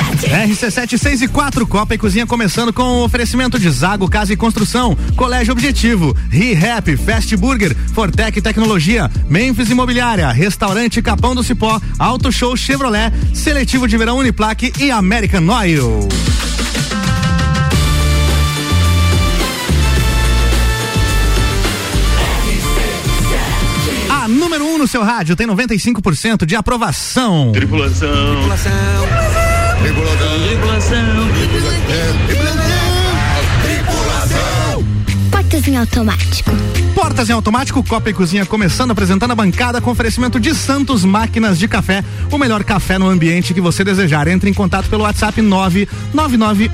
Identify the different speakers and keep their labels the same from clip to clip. Speaker 1: RC7, 6 e 4, Copa e Cozinha começando com o oferecimento de Zago Casa e Construção, Colégio Objetivo, ReHap, Fast Burger, Fortec Tecnologia, Memphis Imobiliária, Restaurante Capão do Cipó, Auto Show Chevrolet, Seletivo de Verão Uniplaque e American Oil. A número 1 um no seu rádio tem 95% de aprovação.
Speaker 2: Tripulação. Tripulação. Tripulação.
Speaker 3: Tripulação. Portas em automático.
Speaker 1: Portas em automático, Copa e Cozinha começando apresentando a bancada com oferecimento de Santos Máquinas de Café, o melhor café no ambiente que você desejar. Entre em contato pelo WhatsApp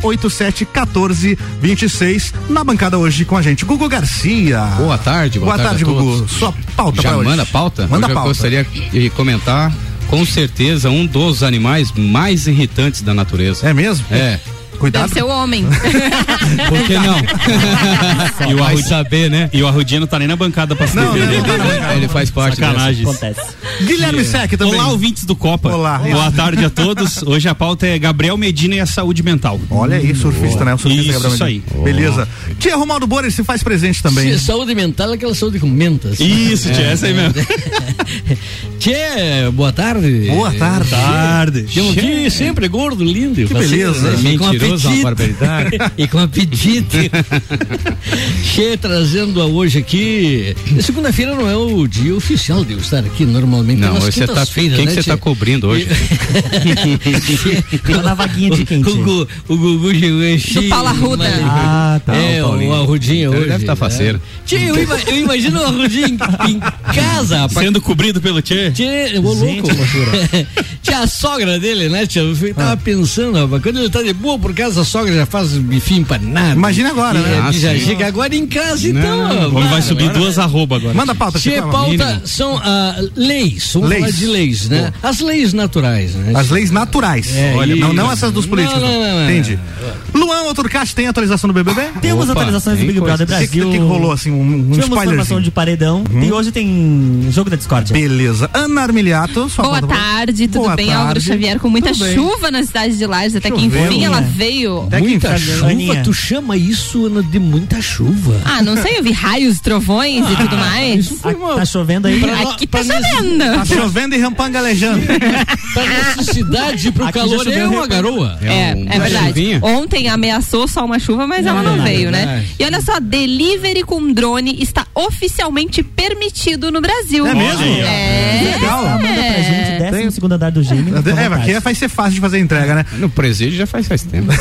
Speaker 1: 999871426 na bancada hoje com a gente, Gugu Garcia.
Speaker 4: Boa tarde,
Speaker 1: boa, boa tarde,
Speaker 4: a todos.
Speaker 1: Gugu. Sua pauta
Speaker 4: Já
Speaker 1: pra hoje.
Speaker 4: manda pauta?
Speaker 1: Manda
Speaker 4: Hoje
Speaker 1: pauta.
Speaker 4: Eu gostaria de comentar, com certeza, um dos animais mais irritantes da natureza.
Speaker 1: É mesmo?
Speaker 4: É.
Speaker 1: Cuidado.
Speaker 5: Deve ser um o homem.
Speaker 4: Por que não? e o Arrui saber, né?
Speaker 6: E o Arrudinho não tá nem na bancada pra se
Speaker 1: Não,
Speaker 6: defender.
Speaker 1: né, não tá na
Speaker 4: É, Ele faz parte
Speaker 6: Sacanagem.
Speaker 7: Acontece.
Speaker 1: Guilherme Sec também.
Speaker 6: Olá, ouvintes do Copa.
Speaker 1: Olá.
Speaker 6: Boa tarde a todos. Hoje a pauta é Gabriel Medina e a saúde mental.
Speaker 1: Olha aí, surfista, né? O surfista
Speaker 6: Isso,
Speaker 1: Gabriel
Speaker 6: isso
Speaker 1: Medina. Beleza. Tia Romaldo Borer se faz presente também.
Speaker 7: Se- Saúde mental é aquela saúde com mentas.
Speaker 6: Isso, tia, essa aí mesmo.
Speaker 7: Tchê, boa tarde.
Speaker 1: Boa tarde.
Speaker 6: tarde.
Speaker 7: Tamo aqui sempre gordo, lindo. é Que
Speaker 1: beleza.
Speaker 4: Mentiroso, uma barbaridade.
Speaker 7: e com apetite. Che, trazendo-a hoje aqui. Segunda-feira não é o dia oficial de eu estar aqui, normalmente. é
Speaker 4: Não,
Speaker 7: nas
Speaker 4: hoje você tá. Quem
Speaker 7: quintas-feiras,
Speaker 4: que
Speaker 7: né,
Speaker 4: você
Speaker 7: tchê?
Speaker 4: tá cobrindo hoje?
Speaker 7: Che-
Speaker 8: na vaguinha de quem,
Speaker 7: O,
Speaker 8: tchê?
Speaker 7: Gugu- o Gugu chegou e
Speaker 5: Do Paulo Arruda.
Speaker 8: Ah, tá.
Speaker 7: é,
Speaker 4: o Paulinho.
Speaker 7: o Arrudinho
Speaker 4: Ele
Speaker 7: hoje.
Speaker 4: deve tá
Speaker 7: né?
Speaker 4: faceiro.
Speaker 7: Tchê, eu, ima- eu imagino o Arrudinho em, em casa, rapaz.
Speaker 6: Sendo cobrido pelo Tchê.
Speaker 7: Tchê, ô louco. Tinha a sogra dele, né, tia? Eu tava pensando, rapaz, quando ele tá de boa por casa, a sogra já faz bifinho empanado.
Speaker 1: Imagina agora,
Speaker 7: E,
Speaker 1: né?
Speaker 4: Ah,
Speaker 7: e já
Speaker 4: sim.
Speaker 7: chega agora em casa,
Speaker 4: Não,
Speaker 7: então.
Speaker 4: não, não,
Speaker 7: ó,
Speaker 6: Vamos vai
Speaker 7: mano.
Speaker 6: subir duas arroba agora.
Speaker 1: Manda a pauta,
Speaker 7: Che,
Speaker 1: Chico.
Speaker 7: pauta são ah, leis, vamos
Speaker 1: Leis.
Speaker 7: falar de leis, né? As leis naturais, né?
Speaker 1: As leis naturais.
Speaker 7: É,
Speaker 1: Olha, não,
Speaker 7: isso.
Speaker 1: não essas dos políticos.
Speaker 7: Não, não, não, não.
Speaker 1: Entendi. Luan Oturcati tem atualização do BBB?
Speaker 8: Temos
Speaker 4: Opa,
Speaker 8: atualizações do
Speaker 4: tem
Speaker 8: Big Brother
Speaker 1: O que, que
Speaker 8: Brasil.
Speaker 1: que rolou assim? Um, um
Speaker 8: Tivemos formação
Speaker 1: spoilerzinho. Hum?
Speaker 8: de paredão e hoje tem jogo da Discord.
Speaker 1: Beleza. Ana Armiliato, sua
Speaker 5: Boa
Speaker 1: pauta pra-
Speaker 5: tarde, tudo
Speaker 1: Boa
Speaker 5: bem, Álvaro
Speaker 1: tarde.
Speaker 5: Xavier? Com muita
Speaker 1: Tudo bem.
Speaker 5: chuva na cidade de Lages, até que
Speaker 1: Choveu,
Speaker 5: enfim ela
Speaker 8: né?
Speaker 5: veio.
Speaker 1: Até que
Speaker 7: Muita
Speaker 1: enfim.
Speaker 7: chuva,
Speaker 8: Aninha.
Speaker 7: tu chama isso, Ana, de muita chuva.
Speaker 5: Ah, não sei, eu vi raios, trovões e tudo mais.
Speaker 8: Ah, tá chovendo aí?
Speaker 7: Pra-
Speaker 5: Aqui tá
Speaker 7: pra nós-
Speaker 5: chovendo.
Speaker 1: Tá chovendo e rampanga alejando.
Speaker 7: Pra nossa cidade, pro
Speaker 8: Aqui já
Speaker 7: calor, é
Speaker 8: choveu
Speaker 7: uma garoa.
Speaker 5: É,
Speaker 4: um-
Speaker 5: é
Speaker 4: uma
Speaker 1: Tá
Speaker 5: verdade.
Speaker 4: chuvinha.
Speaker 5: Ontem ameaçou só uma chuva, mas ela
Speaker 1: É
Speaker 5: não veio, né?
Speaker 7: verdade.
Speaker 5: E olha só, delivery com drone está oficialmente permitido no Brasil.
Speaker 1: É mesmo?
Speaker 5: Olha aí, ó. É.
Speaker 1: Legal.
Speaker 8: Ah, manda pra gente, décimo segundo andar do Gêmeo.
Speaker 1: É, mas aqui vai ser fácil de fazer entrega, né?
Speaker 4: No presídio já faz faz tempo.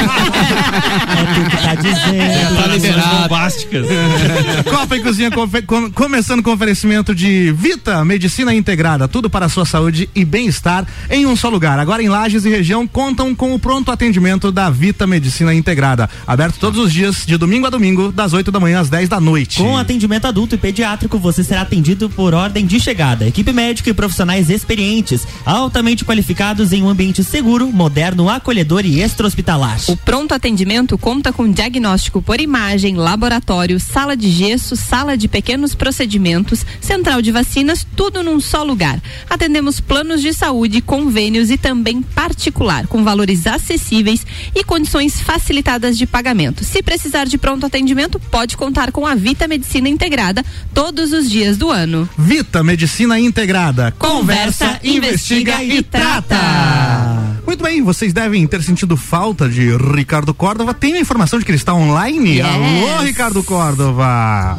Speaker 8: É tu que tá dizendo.
Speaker 6: Tá
Speaker 4: liberado.
Speaker 6: bombásticas.
Speaker 1: Copa e Cozinha confe- com- começando com oferecimento de Vita Medicina Integrada, tudo para a sua saúde e bem-estar em um só lugar. Agora em Lages e região contam com o pronto atendimento da Vita Medicina Integrada, aberto todos os dias de domingo a domingo, das 8 da manhã às 10 da noite.
Speaker 8: Com Um atendimento adulto e pediátrico, você será atendido por ordem de chegada. Equipe médica e profissionais experientes, altamente qualificados em um ambiente seguro, moderno, acolhedor e extra-hospitalar.
Speaker 5: O pronto atendimento conta com diagnóstico por imagem, laboratório, sala de gesso, sala de pequenos procedimentos, central de vacinas, tudo num só lugar. Atendemos planos de saúde, convênios e também particular, com valores acessíveis e condições facilitadas de pagamento. Se precisar de pronto atendimento, pode contar com a Vita Medicina Integrada todos os dias do ano.
Speaker 1: Vita Medicina Integrada.
Speaker 5: Conversa, investiga e trata.
Speaker 1: Muito bem, vocês devem ter sentido falta de Ricardo Córdova. Tem a informação de que ele está online?
Speaker 5: Yes.
Speaker 1: Alô, Ricardo Córdova!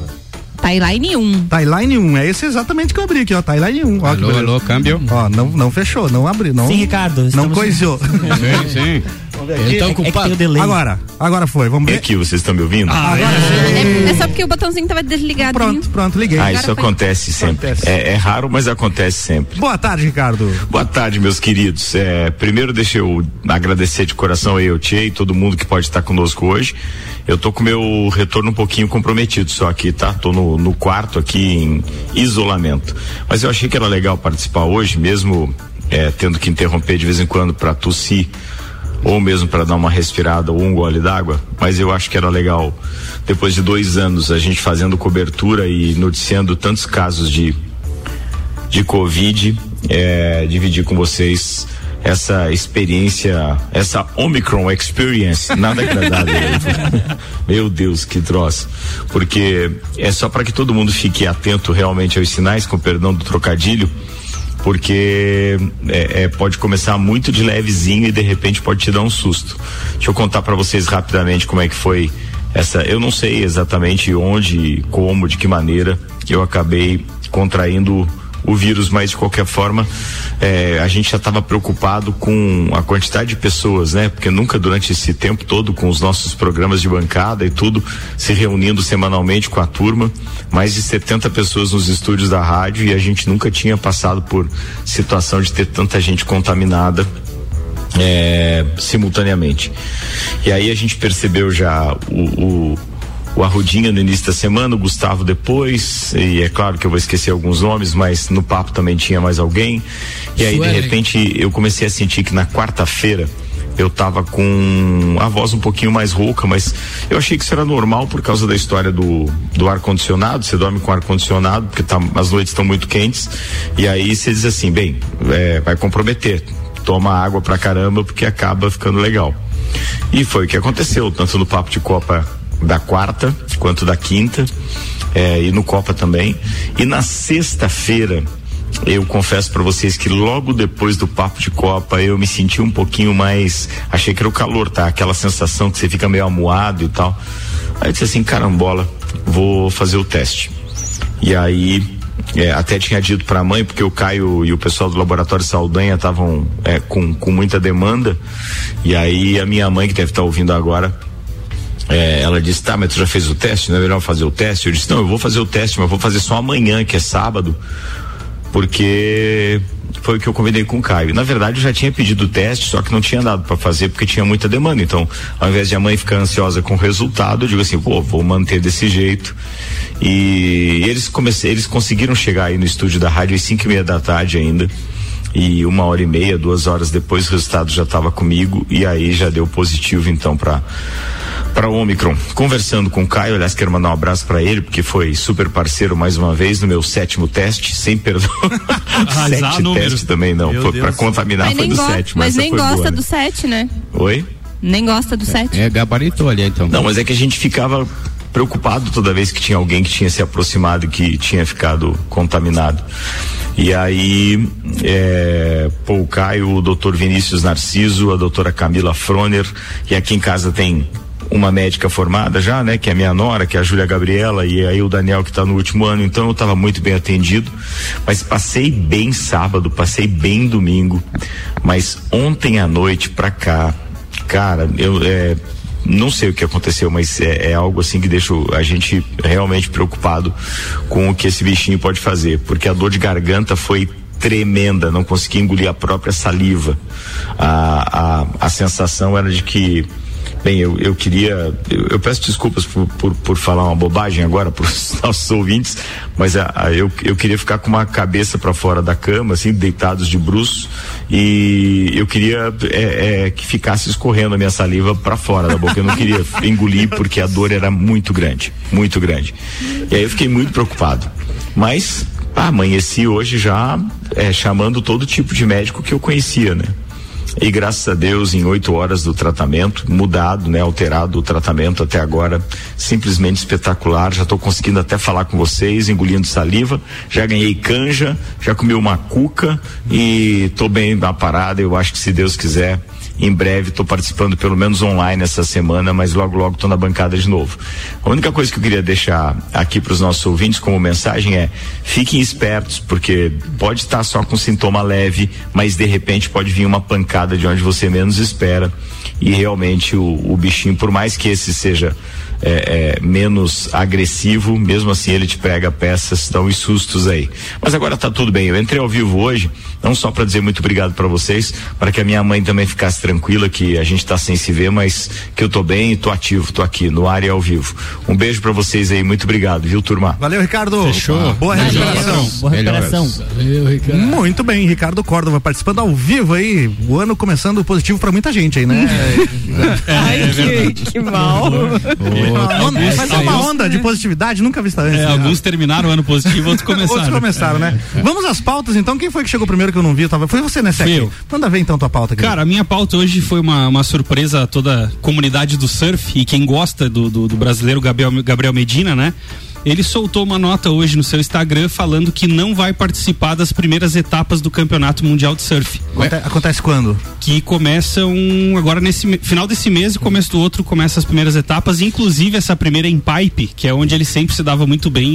Speaker 5: Tá Timeline 1.
Speaker 1: Timeline 1, é esse exatamente que eu abri aqui, ó. Timeline 1. Ó, que
Speaker 4: Alô,
Speaker 1: beleza.
Speaker 4: alô, câmbio.
Speaker 1: Ó, não, não fechou, não abriu, não,
Speaker 8: Sim, Ricardo.
Speaker 1: não
Speaker 8: estamos-
Speaker 1: coisou.
Speaker 4: Sim,
Speaker 1: É.
Speaker 4: sim. Ele tá
Speaker 8: É que tem o
Speaker 4: ocupado.
Speaker 8: delay.
Speaker 1: agora, agora foi, vamos ver. Ah,
Speaker 2: Aqui, É vocês estão me ouvindo?
Speaker 1: Agora sim.
Speaker 5: É, é só porque o botãozinho tava desligado.
Speaker 1: Pronto, pronto, liguei.
Speaker 2: Ah,
Speaker 5: Agora
Speaker 2: isso
Speaker 5: foi.
Speaker 2: acontece sempre.
Speaker 1: Acontece.
Speaker 2: É, é raro, mas acontece sempre.
Speaker 1: Boa tarde, Ricardo.
Speaker 2: Boa tarde, meus queridos. É, primeiro, deixa eu agradecer de coração aí ao Tchê e todo mundo que pode estar conosco hoje. Eu tô com meu retorno um pouquinho comprometido só aqui, tá? Tô no, no quarto aqui em isolamento. Mas eu achei que era legal participar hoje, mesmo é, tendo que interromper de vez em quando para tossir ou mesmo para dar uma respirada ou um gole d'água, mas eu acho que era legal, depois de dois anos, a gente fazendo cobertura e noticiando tantos casos de de Covid, é, dividir com vocês essa experiência, essa Omicron experience, nada é agradável. né? Meu Deus, que troço. Porque é só para que todo mundo fique atento realmente aos sinais, com perdão do trocadilho, porque é, é, pode começar muito de levezinho e de repente pode te dar um susto. Deixa eu contar para vocês rapidamente como é que foi essa. Eu não sei exatamente onde, como, de que maneira eu acabei contraindo o vírus, mas de qualquer forma eh, a gente já estava preocupado com a quantidade de pessoas, né? Porque nunca durante esse tempo todo com os nossos programas de bancada e tudo se reunindo semanalmente com a turma, mais de 70 pessoas nos estúdios da rádio e a gente nunca tinha passado por situação de ter tanta gente contaminada. eh, simultaneamente. E aí a gente percebeu já o, o o Arrudinha no início da semana, o Gustavo depois, e é claro que eu vou esquecer alguns nomes, mas no papo também tinha mais alguém. E aí, de
Speaker 7: Suelen.
Speaker 2: repente, eu comecei a sentir que na quarta-feira eu tava com a voz um pouquinho mais rouca, mas eu achei que isso era normal por causa da história do, do ar-condicionado. Você dorme com ar-condicionado, porque tá- as noites estão muito quentes, e aí você diz assim: bem, é, vai comprometer, toma água pra caramba, porque acaba ficando legal. E foi o que aconteceu, tanto no papo de Copa da quarta quanto da quinta eh, e no Copa também. E na sexta-feira, eu confesso pra vocês que logo depois do papo de Copa eu me senti um pouquinho mais. Achei que era o calor, tá? Aquela sensação que você fica meio amuado e tal. Aí eu disse assim: carambola, vou fazer o teste. E aí, é, até tinha dito pra mãe, porque o Caio e o pessoal do Laboratório Saldanha estavam é, com, com muita demanda. E aí, a minha mãe, que deve estar ouvindo agora, é, ela disse: Tá, mas tu já fez o teste? Não é melhor fazer o teste? Eu disse: Não, eu vou fazer o teste, mas vou fazer só amanhã, que é sábado porque foi o que eu combinei com o Caio. Na verdade, eu já tinha pedido o teste, só que não tinha dado para fazer porque tinha muita demanda. Então, ao invés de a mãe ficar ansiosa com o resultado, eu digo assim, pô, vou manter desse jeito. E eles comece, eles conseguiram chegar aí no estúdio da rádio às cinco e meia da tarde ainda. E uma hora e meia, duas horas depois, o resultado já estava comigo e aí já deu positivo então para para o Omicron. Conversando com o Caio, aliás, quero mandar um abraço para ele, porque foi super parceiro mais uma vez no meu sétimo teste, sem perdão.
Speaker 6: Arrasar
Speaker 2: Sete
Speaker 6: número.
Speaker 2: testes também não,
Speaker 6: Meu
Speaker 2: foi para
Speaker 6: Deus.
Speaker 2: contaminar,
Speaker 5: mas
Speaker 2: foi
Speaker 5: nem,
Speaker 2: do
Speaker 5: go-
Speaker 2: sétimo.
Speaker 5: mas
Speaker 2: essa
Speaker 5: nem
Speaker 2: foi
Speaker 5: gosta
Speaker 2: boa, né?
Speaker 5: do 7, né?
Speaker 2: Oi?
Speaker 5: Nem gosta do 7.
Speaker 4: É, gabaritou ali, então.
Speaker 2: Não, mas é que a gente ficava preocupado toda vez que tinha alguém que tinha se aproximado e que tinha ficado contaminado. E aí, é, pô, o Caio, o doutor Vinícius Narciso, a doutora Camila Froner, e aqui em casa tem uma médica formada já, né, que é a minha nora, que é a Júlia Gabriela, e aí o Daniel que está no último ano, então eu estava muito bem atendido, mas passei bem sábado, passei bem domingo, mas ontem à noite pra cá, cara, eu, é, não sei o que aconteceu, mas é, é algo assim que deixa o- a gente realmente preocupado com o que esse bichinho pode fazer, porque a dor de garganta foi tremenda, não consegui engolir a própria saliva. A, a, a sensação era de que Bem, eu, eu queria. Eu, eu peço desculpas por, por, por falar uma bobagem agora para os nossos ouvintes, mas a, a- eu, eu queria ficar com uma cabeça para fora da cama, assim, deitados de bruços, e eu queria é, é, que ficasse escorrendo a minha saliva para fora da boca. Eu não queria engolir porque a dor era muito grande, muito grande. E aí eu fiquei muito preocupado. Mas ah, amanheci hoje já é, chamando todo tipo de médico que eu conhecia, né? E graças a Deus, em oito horas do tratamento, mudado, né? Alterado o tratamento até agora, simplesmente espetacular. Já estou conseguindo até falar com vocês, engolindo saliva. Já ganhei canja, já comi uma cuca e estou bem na parada. Eu acho que se Deus quiser, em breve estou participando pelo menos online essa semana, mas logo logo estou na bancada de novo. A única coisa que eu queria deixar aqui para os nossos ouvintes como mensagem é: fiquem espertos porque pode estar só com sintoma leve, mas de repente pode vir uma pancada de onde você menos espera e realmente o, o bichinho, por mais que esse seja é, é, menos agressivo, mesmo assim ele te prega peças, dá uns sustos aí. Mas agora tá tudo bem. Eu entrei ao vivo hoje, não só para dizer muito obrigado para vocês, para que a minha mãe também ficasse tranquila que a gente tá sem se ver, mas que eu tô bem e tô ativo, tô aqui no ar e ao vivo. Um beijo para vocês aí, muito obrigado, viu, turma?
Speaker 1: Valeu, Ricardo. Fechou. Boa recuperação.
Speaker 8: Boa recuperação.
Speaker 7: Valeu, Ricardo.
Speaker 1: Muito bem, Ricardo Córdova participando ao vivo aí. O ano começando positivo pra muita gente aí, né?
Speaker 5: Ai, que, que mal.
Speaker 1: uma onda,
Speaker 6: alguns
Speaker 1: mas é uma
Speaker 6: saíram.
Speaker 1: onda de positividade nunca vista antes.
Speaker 6: É,
Speaker 1: né?
Speaker 6: alguns terminaram o ano positivo, outros começaram. É.
Speaker 1: Outros começaram, né? Vamos às pautas, então. Quem foi que chegou primeiro que eu não vi? Eu tava- Foi você, né, Sec?
Speaker 6: Fui eu.
Speaker 1: Manda ver, então, tua pauta. querido.
Speaker 6: Cara, a minha pauta hoje foi uma, uma surpresa a toda a comunidade do surf e quem gosta do, do, do brasileiro Gabriel, Gabriel Medina, né? Ele soltou uma nota hoje no seu Instagram falando que não vai participar das primeiras etapas do Campeonato Mundial de Surf, É.
Speaker 1: Aconte- Acontece quando?
Speaker 6: que começam agora nesse me- final desse mês e começo do outro começam as primeiras etapas, inclusive essa primeira em pipe, que é onde ele sempre se dava muito bem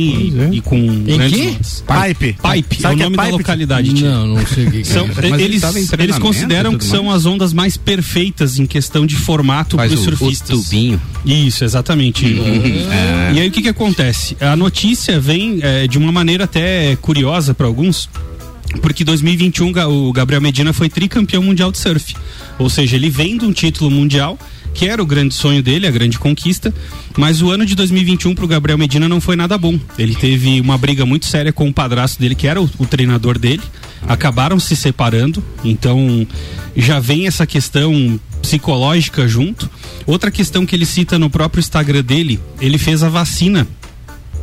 Speaker 6: e, e com grandes
Speaker 7: quê?
Speaker 6: nomes.
Speaker 1: é. Pipe.
Speaker 6: Pipe, Né? é o
Speaker 1: Sabe que
Speaker 6: nome da localidade. Titi.
Speaker 7: Não, não sei o que, que
Speaker 6: São-
Speaker 7: é.
Speaker 4: Mas ele
Speaker 6: eles,
Speaker 4: tava em
Speaker 6: eles
Speaker 4: treinamento
Speaker 6: consideram
Speaker 4: e
Speaker 6: que
Speaker 4: tudo
Speaker 6: são as ondas mais perfeitas em questão de formato para
Speaker 4: Faz
Speaker 6: os
Speaker 4: o- o
Speaker 6: surfistas.
Speaker 4: tubinho. É.
Speaker 6: Isso, exatamente. E aí o que, que acontece? A notícia vem eh, de uma maneira até curiosa para alguns. Porque em 2021 ga- o Gabriel Medina foi tricampeão mundial de surf. Ou seja, ele vem de um título mundial, que era o grande sonho dele, a grande conquista. Mas o ano de 2021 para o um Gabriel Medina não foi nada bom. Ele teve uma briga muito séria com o padrasto dele, que era o, o treinador dele. Acabaram se separando. Então já vem essa questão psicológica junto. Outra questão que ele cita no próprio Instagram dele, ele fez a vacina.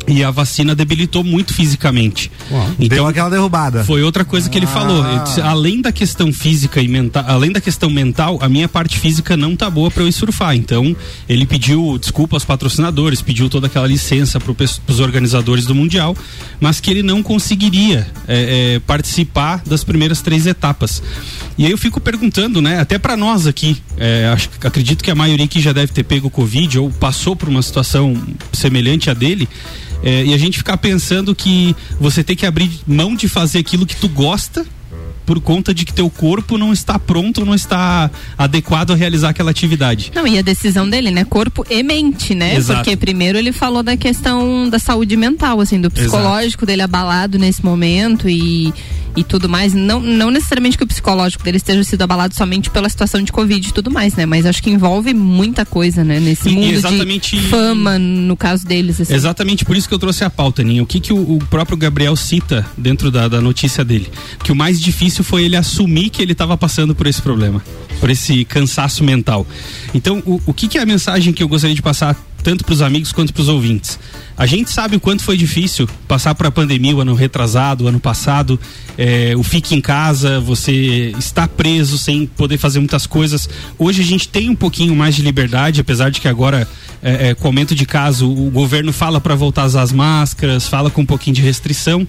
Speaker 6: E a vacina debilitou muito fisicamente. um
Speaker 1: Deu Então, aquela derrubada. Ah,
Speaker 6: Foi outra coisa que ele falou. Ele disse, além da questão física e mental, além da questão mental, a minha parte física não tá boa para eu ir surfar. Então, ele pediu desculpa aos patrocinadores, pediu toda aquela licença para os organizadores do mundial, mas que ele não conseguiria é, é, participar das primeiras três etapas. E aí eu fico perguntando, né? Até para nós aqui, é, acho, acredito que a maioria que já deve ter pego covid ou passou por uma situação semelhante à dele. É, e a gente ficar pensando que você tem que abrir mão de fazer aquilo que tu gosta por conta de que teu corpo não está pronto, não está adequado a realizar aquela atividade.
Speaker 5: Não, e a decisão dele, né? Corpo e mente, né?
Speaker 6: Exato.
Speaker 5: Porque primeiro ele falou da questão da saúde mental, assim, do psicológico dele abalado nesse momento e, e tudo mais. Não, não necessariamente que o psicológico dele esteja sido abalado somente pela situação de Covid e tudo mais, né? Mas acho que envolve muita coisa, né? Nesse
Speaker 6: E- e
Speaker 5: mundo
Speaker 6: exatamente-
Speaker 5: de fama, no caso deles, assim.
Speaker 6: Exatamente por isso que eu trouxe a pauta, Ninho. O que, que o, o próprio Gabriel cita dentro da, da notícia dele? Que o mais difícil foi ele assumir que ele estava passando por esse problema, por esse cansaço mental. Então, o, o que, que é a mensagem que eu gostaria de passar tanto para os amigos quanto para os ouvintes? A gente sabe o quanto foi difícil passar para a pandemia o ano retrasado, o ano passado, é, o fique em casa, você está preso sem poder fazer muitas coisas. Hoje a gente tem um pouquinho mais de liberdade, apesar de que agora, é, é, com o aumento de caso, o governo fala para voltar a usar as máscaras, fala com um pouquinho de restrição,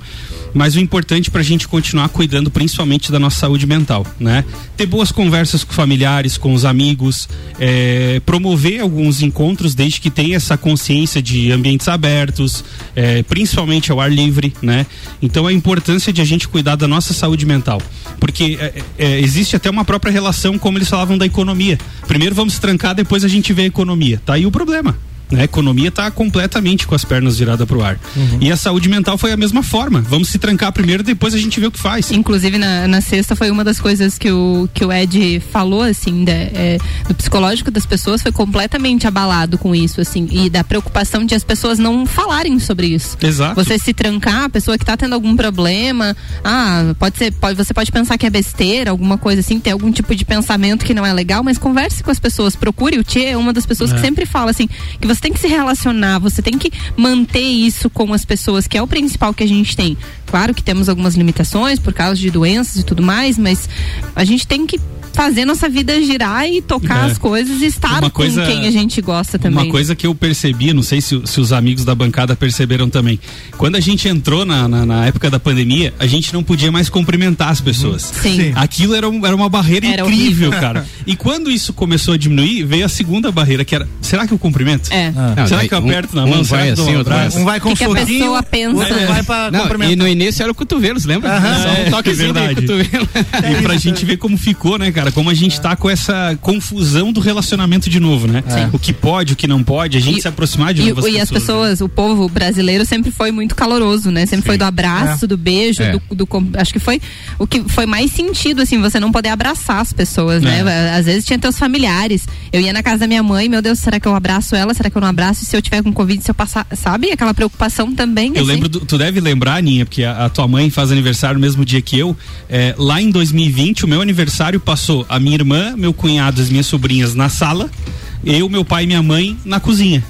Speaker 6: mas o importante para a gente continuar cuidando principalmente da nossa saúde mental, né? Ter boas conversas com familiares, com os amigos, é, promover alguns encontros desde que tenha essa consciência de ambientes abertos, é, principalmente ao ar livre, né? Então a importância de a gente cuidar da nossa saúde mental, porque é, é, existe até uma própria relação, como eles falavam da economia. Primeiro vamos trancar, depois a gente vê a economia. Tá aí o problema. né? A economia está completamente com as pernas viradas para o ar. E a saúde mental foi a mesma forma. Vamos se trancar primeiro, depois a gente vê o que faz.
Speaker 5: Inclusive, na, na sexta foi uma das coisas que o, que o Ed falou, assim, da, é, do psicológico das pessoas foi completamente abalado com isso, assim, e da preocupação de as pessoas não falarem sobre isso.
Speaker 6: Exato.
Speaker 5: Você se trancar, a pessoa que tá tendo algum problema, ah, pode ser, pode, você pode pensar que é besteira, alguma coisa assim, ter algum tipo de pensamento que não é legal, mas converse com as pessoas, procure. O Tchê é uma das pessoas que sempre fala assim, que você tem que se relacionar, você tem que manter isso com as pessoas, que é o principal que a gente tem. Claro que temos algumas limitações por causa de doenças e tudo mais, mas a gente tem que fazer nossa vida girar e tocar
Speaker 6: É.
Speaker 5: as coisas e estar
Speaker 6: Uma
Speaker 5: com
Speaker 6: coisa-
Speaker 5: quem a gente gosta também.
Speaker 6: Uma coisa que eu percebi, não sei se, se os amigos da bancada perceberam também. Quando a gente entrou na, na, na época da pandemia, a gente não podia mais cumprimentar as pessoas.
Speaker 5: Uhum. Sim. Sim.
Speaker 6: Aquilo era, um- era uma barreira
Speaker 5: Era
Speaker 6: incrível, cara. E quando isso começou a diminuir, veio a segunda barreira, que era: será que eu cumprimento?
Speaker 5: É.
Speaker 4: Não,
Speaker 6: Será
Speaker 4: daí
Speaker 6: que eu
Speaker 4: um-
Speaker 6: aperto na
Speaker 4: um
Speaker 6: mão? Será
Speaker 4: vai
Speaker 6: que eu dou
Speaker 4: assim,
Speaker 6: um
Speaker 4: outro vai
Speaker 6: abraço?
Speaker 4: assim.
Speaker 1: Um vai com
Speaker 5: O que que a
Speaker 1: um sorriso,
Speaker 5: pessoa pensa?
Speaker 1: outro vai pra
Speaker 4: Não,
Speaker 1: cumprimentar.
Speaker 4: e no início era o cotovelos, lembra?
Speaker 5: É,
Speaker 4: Só um toquezinho de
Speaker 6: verdade.
Speaker 4: cotovelo.
Speaker 6: E pra gente ver como ficou, né, cara? Como a gente tá com essa confusão do relacionamento de novo, né? O que pode, o que não pode, a gente
Speaker 5: E-
Speaker 6: se aproximar de
Speaker 5: E,
Speaker 6: novas
Speaker 5: e as
Speaker 6: né?
Speaker 5: pessoas, o povo brasileiro sempre foi muito caloroso, né? Sempre foi do abraço, do beijo,
Speaker 4: É.
Speaker 5: do, do com- acho que foi o que foi mais sentido assim, você não poder abraçar as pessoas, né?
Speaker 6: É.
Speaker 5: Às vezes tinha teus familiares. Eu ia na casa da minha mãe, meu Deus, será que eu abraço ela? Será que eu não abraço? E Se eu tiver com covid, se eu passar, sabe? Aquela preocupação também.
Speaker 6: Eu
Speaker 5: assim.
Speaker 6: lembro, do- tu deve lembrar, Ninha, porque a, a tua mãe faz aniversário no mesmo dia que eu. É, lá em 2020, o meu aniversário passou a minha irmã, meu cunhado, as minhas sobrinhas na sala, eu, meu pai e minha mãe na cozinha.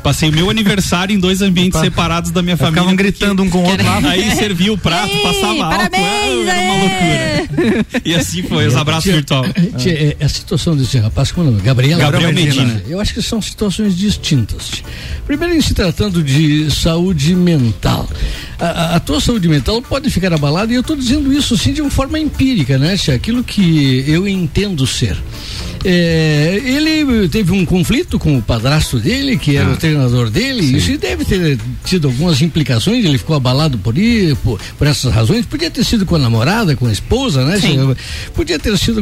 Speaker 6: Passei o meu aniversário em dois ambientes separados da minha família.
Speaker 1: Ficavam gritando um com o outro lá.
Speaker 6: Aí servia o prato,
Speaker 5: Ei,
Speaker 6: passava álcool.
Speaker 5: parabéns,
Speaker 6: ah, era uma
Speaker 5: aê!
Speaker 6: loucura. E assim foi, os abraços
Speaker 7: Tia,
Speaker 6: virtual. Ah.
Speaker 7: tia, é, a situação desse rapaz, como é o nome? Gabriel,
Speaker 6: Gabriel Medina.
Speaker 7: Eu acho que são situações distintas. Primeiro, em se tratando de saúde mental. A, a- a tua saúde mental pode ficar abalada, e eu estou dizendo isso assim de uma forma empírica, né? tia? Aquilo que eu entendo ser. É, ele teve um conflito com o padrasto dele, que
Speaker 9: Ah.
Speaker 7: era o treinador dele, isso deve ter tido algumas implicações, ele ficou abalado por, i- por, por essas razões. Podia ter sido com a namorada, com a esposa, né?
Speaker 5: Sim.
Speaker 7: tia? Podia ter sido.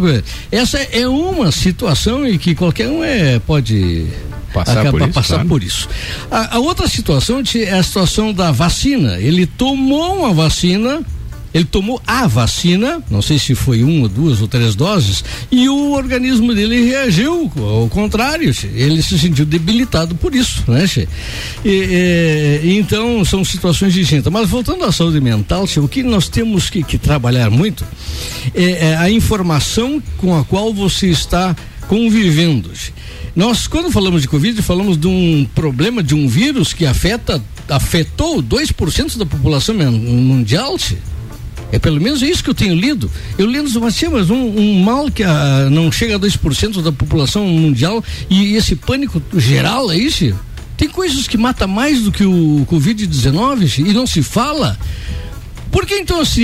Speaker 7: Essa é uma situação em que qualquer um é, pode
Speaker 9: Passar por isso,
Speaker 7: passar
Speaker 9: claro.
Speaker 7: por isso. A, a outra situação Ti, é a situação da vacina. Ele tomou uma vacina. Ele tomou a vacina, não sei se foi uma, duas ou três doses, e o organismo dele reagiu ao contrário. Ti. Ele se sentiu debilitado por isso, né? Ti? E, eh, então são situações distintas. Mas voltando à saúde mental, Ti, o que nós temos que, que trabalhar muito é, é a informação com a qual você está convivendo. Nós, quando falamos de Covid, falamos de um problema, de um vírus que afeta, afetou 2% da população men- mundial. tchê. É pelo menos isso que eu tenho lido. Eu lendo isso, mas, tchê, mas um, um mal que ah, não chega a 2% da população mundial e esse pânico geral é isso? Tem coisas que matam mais do que o Covid-19 tchê, e não se fala. Por que então esse,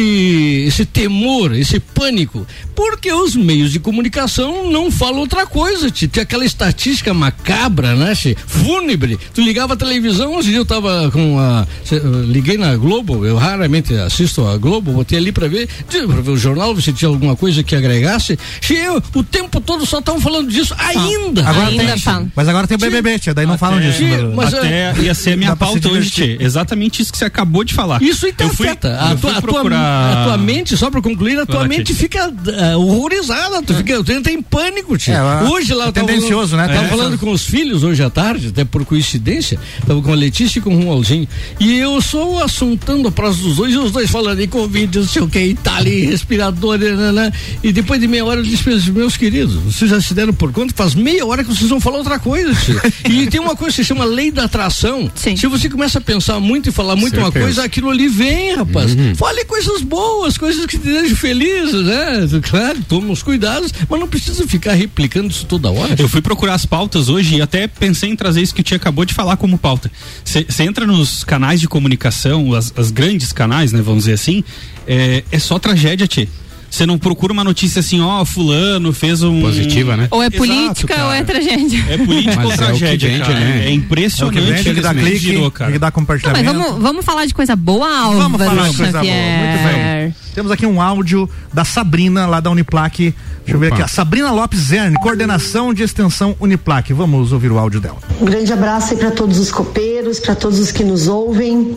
Speaker 7: esse temor, esse pânico? Porque os meios de comunicação não falam outra coisa, tio. Tem aquela estatística macabra, né, tio? Fúnebre. Tu ligava a televisão, hoje em dia eu tava com a. cê, eu Liguei na Globo, eu raramente assisto a Globo, botei ali pra ver, tio, pra ver o jornal, se tinha alguma coisa que agregasse. Cheio, o tempo todo só estavam falando disso ainda.
Speaker 1: Agora
Speaker 5: Ainda
Speaker 1: tem,
Speaker 5: falam.
Speaker 1: mas agora tem o BBB, tia, daí não falam disso.
Speaker 7: Tia,
Speaker 1: né?
Speaker 7: mas,
Speaker 6: Até ia ser a minha
Speaker 1: Dá pra se
Speaker 6: pauta hoje,
Speaker 1: divertir.
Speaker 6: Tchê. Exatamente isso que você acabou de falar.
Speaker 7: Isso
Speaker 6: Eu fui-
Speaker 7: interpreta.
Speaker 6: eu
Speaker 7: Então,
Speaker 6: fui
Speaker 7: a, tua, a tua-
Speaker 6: procurar-
Speaker 7: a tua mente, só pra concluir, a tua
Speaker 6: Fala,
Speaker 7: mente
Speaker 6: Tite.
Speaker 7: fica ah, horrorizada. Tu fica, tu entra em pânico, tio.
Speaker 1: É, ela-
Speaker 7: hoje lá
Speaker 1: é
Speaker 7: eu tava
Speaker 1: tendencioso,
Speaker 7: falando,
Speaker 1: né?
Speaker 7: Tava
Speaker 1: É.
Speaker 7: falando com os filhos hoje à tarde, até por coincidência. Tava com a Letícia e com o Romualdinho. E eu sou assuntando a praça dos dois, e os dois falando de Covid, não sei o que, e tá ali, respirador, e, né, né. E depois de meia hora eu disse pra eles, meus queridos, vocês já se deram por conta, faz meia hora que vocês vão falar outra coisa, tio. e tem uma coisa que se chama lei da atração.
Speaker 5: Sim.
Speaker 7: Se você começa a pensar muito e falar muito uma
Speaker 9: Certeza.
Speaker 7: coisa, aquilo ali vem, rapaz. Fale coisas boas, coisas que te deixam feliz, né? Claro, toma uns cuidados, mas não precisa ficar replicando isso toda hora.
Speaker 6: Eu fui procurar as pautas hoje e até pensei em trazer isso que o Tia acabou de falar como pauta. Você entra nos canais de comunicação, as, as grandes canais, né? Vamos dizer assim, é, é só tragédia, Tia. Você não procura uma notícia assim, ó, fulano fez um.
Speaker 9: Positiva, né?
Speaker 5: Ou é
Speaker 6: Exato,
Speaker 5: política ou é
Speaker 6: cara.
Speaker 5: tragédia.
Speaker 6: É política
Speaker 9: Mas
Speaker 6: ou
Speaker 9: é o que
Speaker 6: tragédia,
Speaker 9: vende,
Speaker 6: cara.
Speaker 9: né?
Speaker 6: É
Speaker 1: É o que
Speaker 6: impressionante.
Speaker 1: vende, o que dá
Speaker 6: Infelizmente,
Speaker 1: clique,
Speaker 6: girou,
Speaker 1: o
Speaker 6: cara.
Speaker 1: que dá
Speaker 5: Não, mas
Speaker 1: compartilhamento.
Speaker 5: vamos, vamos falar de coisa boa, Álvaro
Speaker 1: Vamos falar de coisa boa. Muito bem.
Speaker 5: Xavier.
Speaker 1: Temos aqui um áudio da Sabrina, lá da Uniplac. Deixa eu ver
Speaker 9: Opa.
Speaker 1: aqui. A Sabrina Lopes Zern, coordenação de extensão Uniplac. Vamos ouvir o áudio dela.
Speaker 10: Um grande abraço aí para todos os copeiros, para todos os que nos ouvem.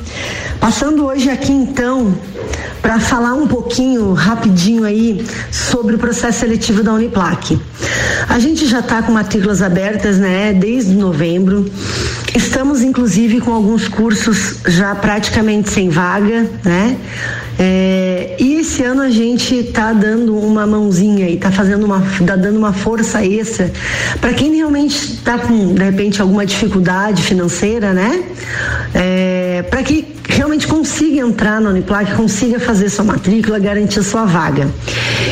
Speaker 10: Passando hoje aqui então para falar um pouquinho rapidinho aí sobre o processo seletivo da Uniplac. A gente já está com matrículas abertas, né, desde novembro. Estamos inclusive com alguns cursos já praticamente sem vaga, né? É, e esse ano a gente está dando uma mãozinha e está fazendo uma, tá dando uma força extra para quem realmente está com de repente alguma dificuldade financeira, né? para que realmente consiga entrar na Uniplac, consiga fazer sua matrícula, garantir sua vaga.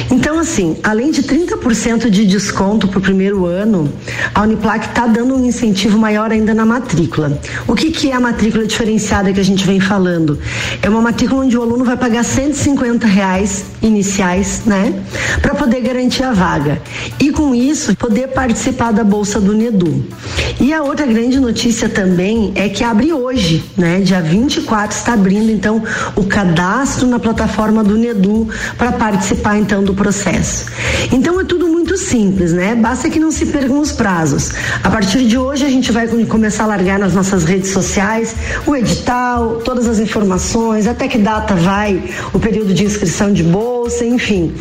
Speaker 10: Então assim, além de 30% de desconto para o primeiro ano, a Uniplac está dando um incentivo maior ainda na matrícula. O que que é a matrícula diferenciada que a gente vem falando? É uma matrícula onde o aluno vai pagar 150 reais iniciais, né? Para poder garantir a vaga. E com isso, poder participar da Bolsa do Nedu. E a outra grande notícia também é que abre hoje, né? Dia 24 está abrindo, então, o cadastro na plataforma do Nedu para participar, então, do processo. Então, é tudo muito simples, né? Basta que não se percam os prazos. A partir de hoje, a gente vai começar a largar nas nossas redes sociais o edital, todas as informações, até que data vai o período de inscrição de bolsa bolsa, enfim.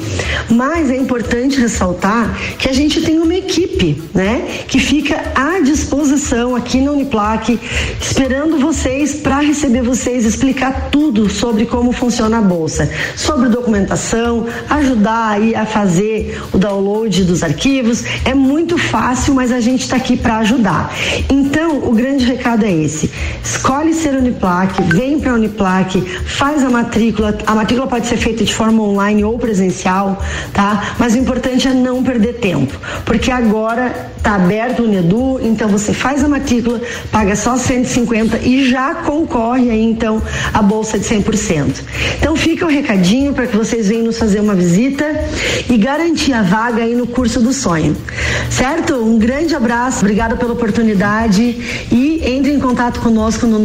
Speaker 10: Mas é importante ressaltar que a gente tem uma equipe, né, que fica à disposição aqui na Uniplac, esperando vocês para receber vocês, explicar tudo sobre como funciona a bolsa, sobre documentação, ajudar aí a fazer o download dos arquivos. É muito fácil, mas a gente está aqui para ajudar. Então, o grande recado é esse: escolhe ser Uniplac, vem para Uniplac, faz a matrícula. A matrícula pode ser feita de forma online ou presencial, tá? Mas o importante é não perder tempo, porque agora está aberto o Unedu, então você faz a matrícula, paga só 150 e já concorre aí então a bolsa de 100%. Então fica o recadinho para que vocês venham nos fazer uma visita e garantir a vaga aí no curso do sonho. Certo? Um grande abraço, obrigada pela oportunidade e entre em contato conosco no